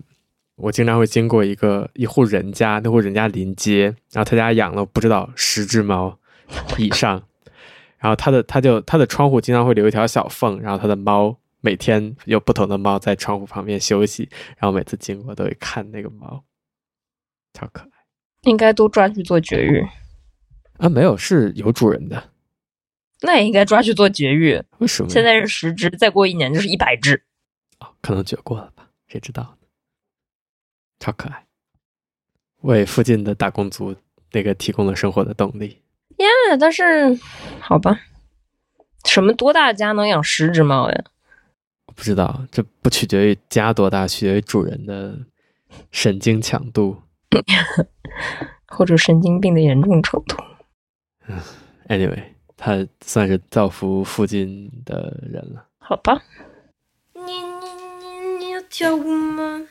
我经常会经过一个一户人家，那户人家临街，然后他家养了不知道十只猫以上，然后他的他就他的窗户经常会留一条小缝，然后他的猫每天有不同的猫在窗户旁边休息，然后每次经过都会看那个猫，超可爱
应该都抓去做绝育，
啊！没有，是有主人的，
那也应该抓去做绝育。
为什么呀？
现在是十只，再过一年就是一百只。
哦，可能绝过了吧，谁知道呢？超可爱，为附近的打工族那个提供了生活的动力。
啊，但是好吧，什么多大家能养十只猫呀？
我不知道，这不取决于家多大，取决于主人的神经强度。
或者神经病的严重程度？
Anyway，他算是造福附近的人了。
好吧，
你你你你要跳舞吗？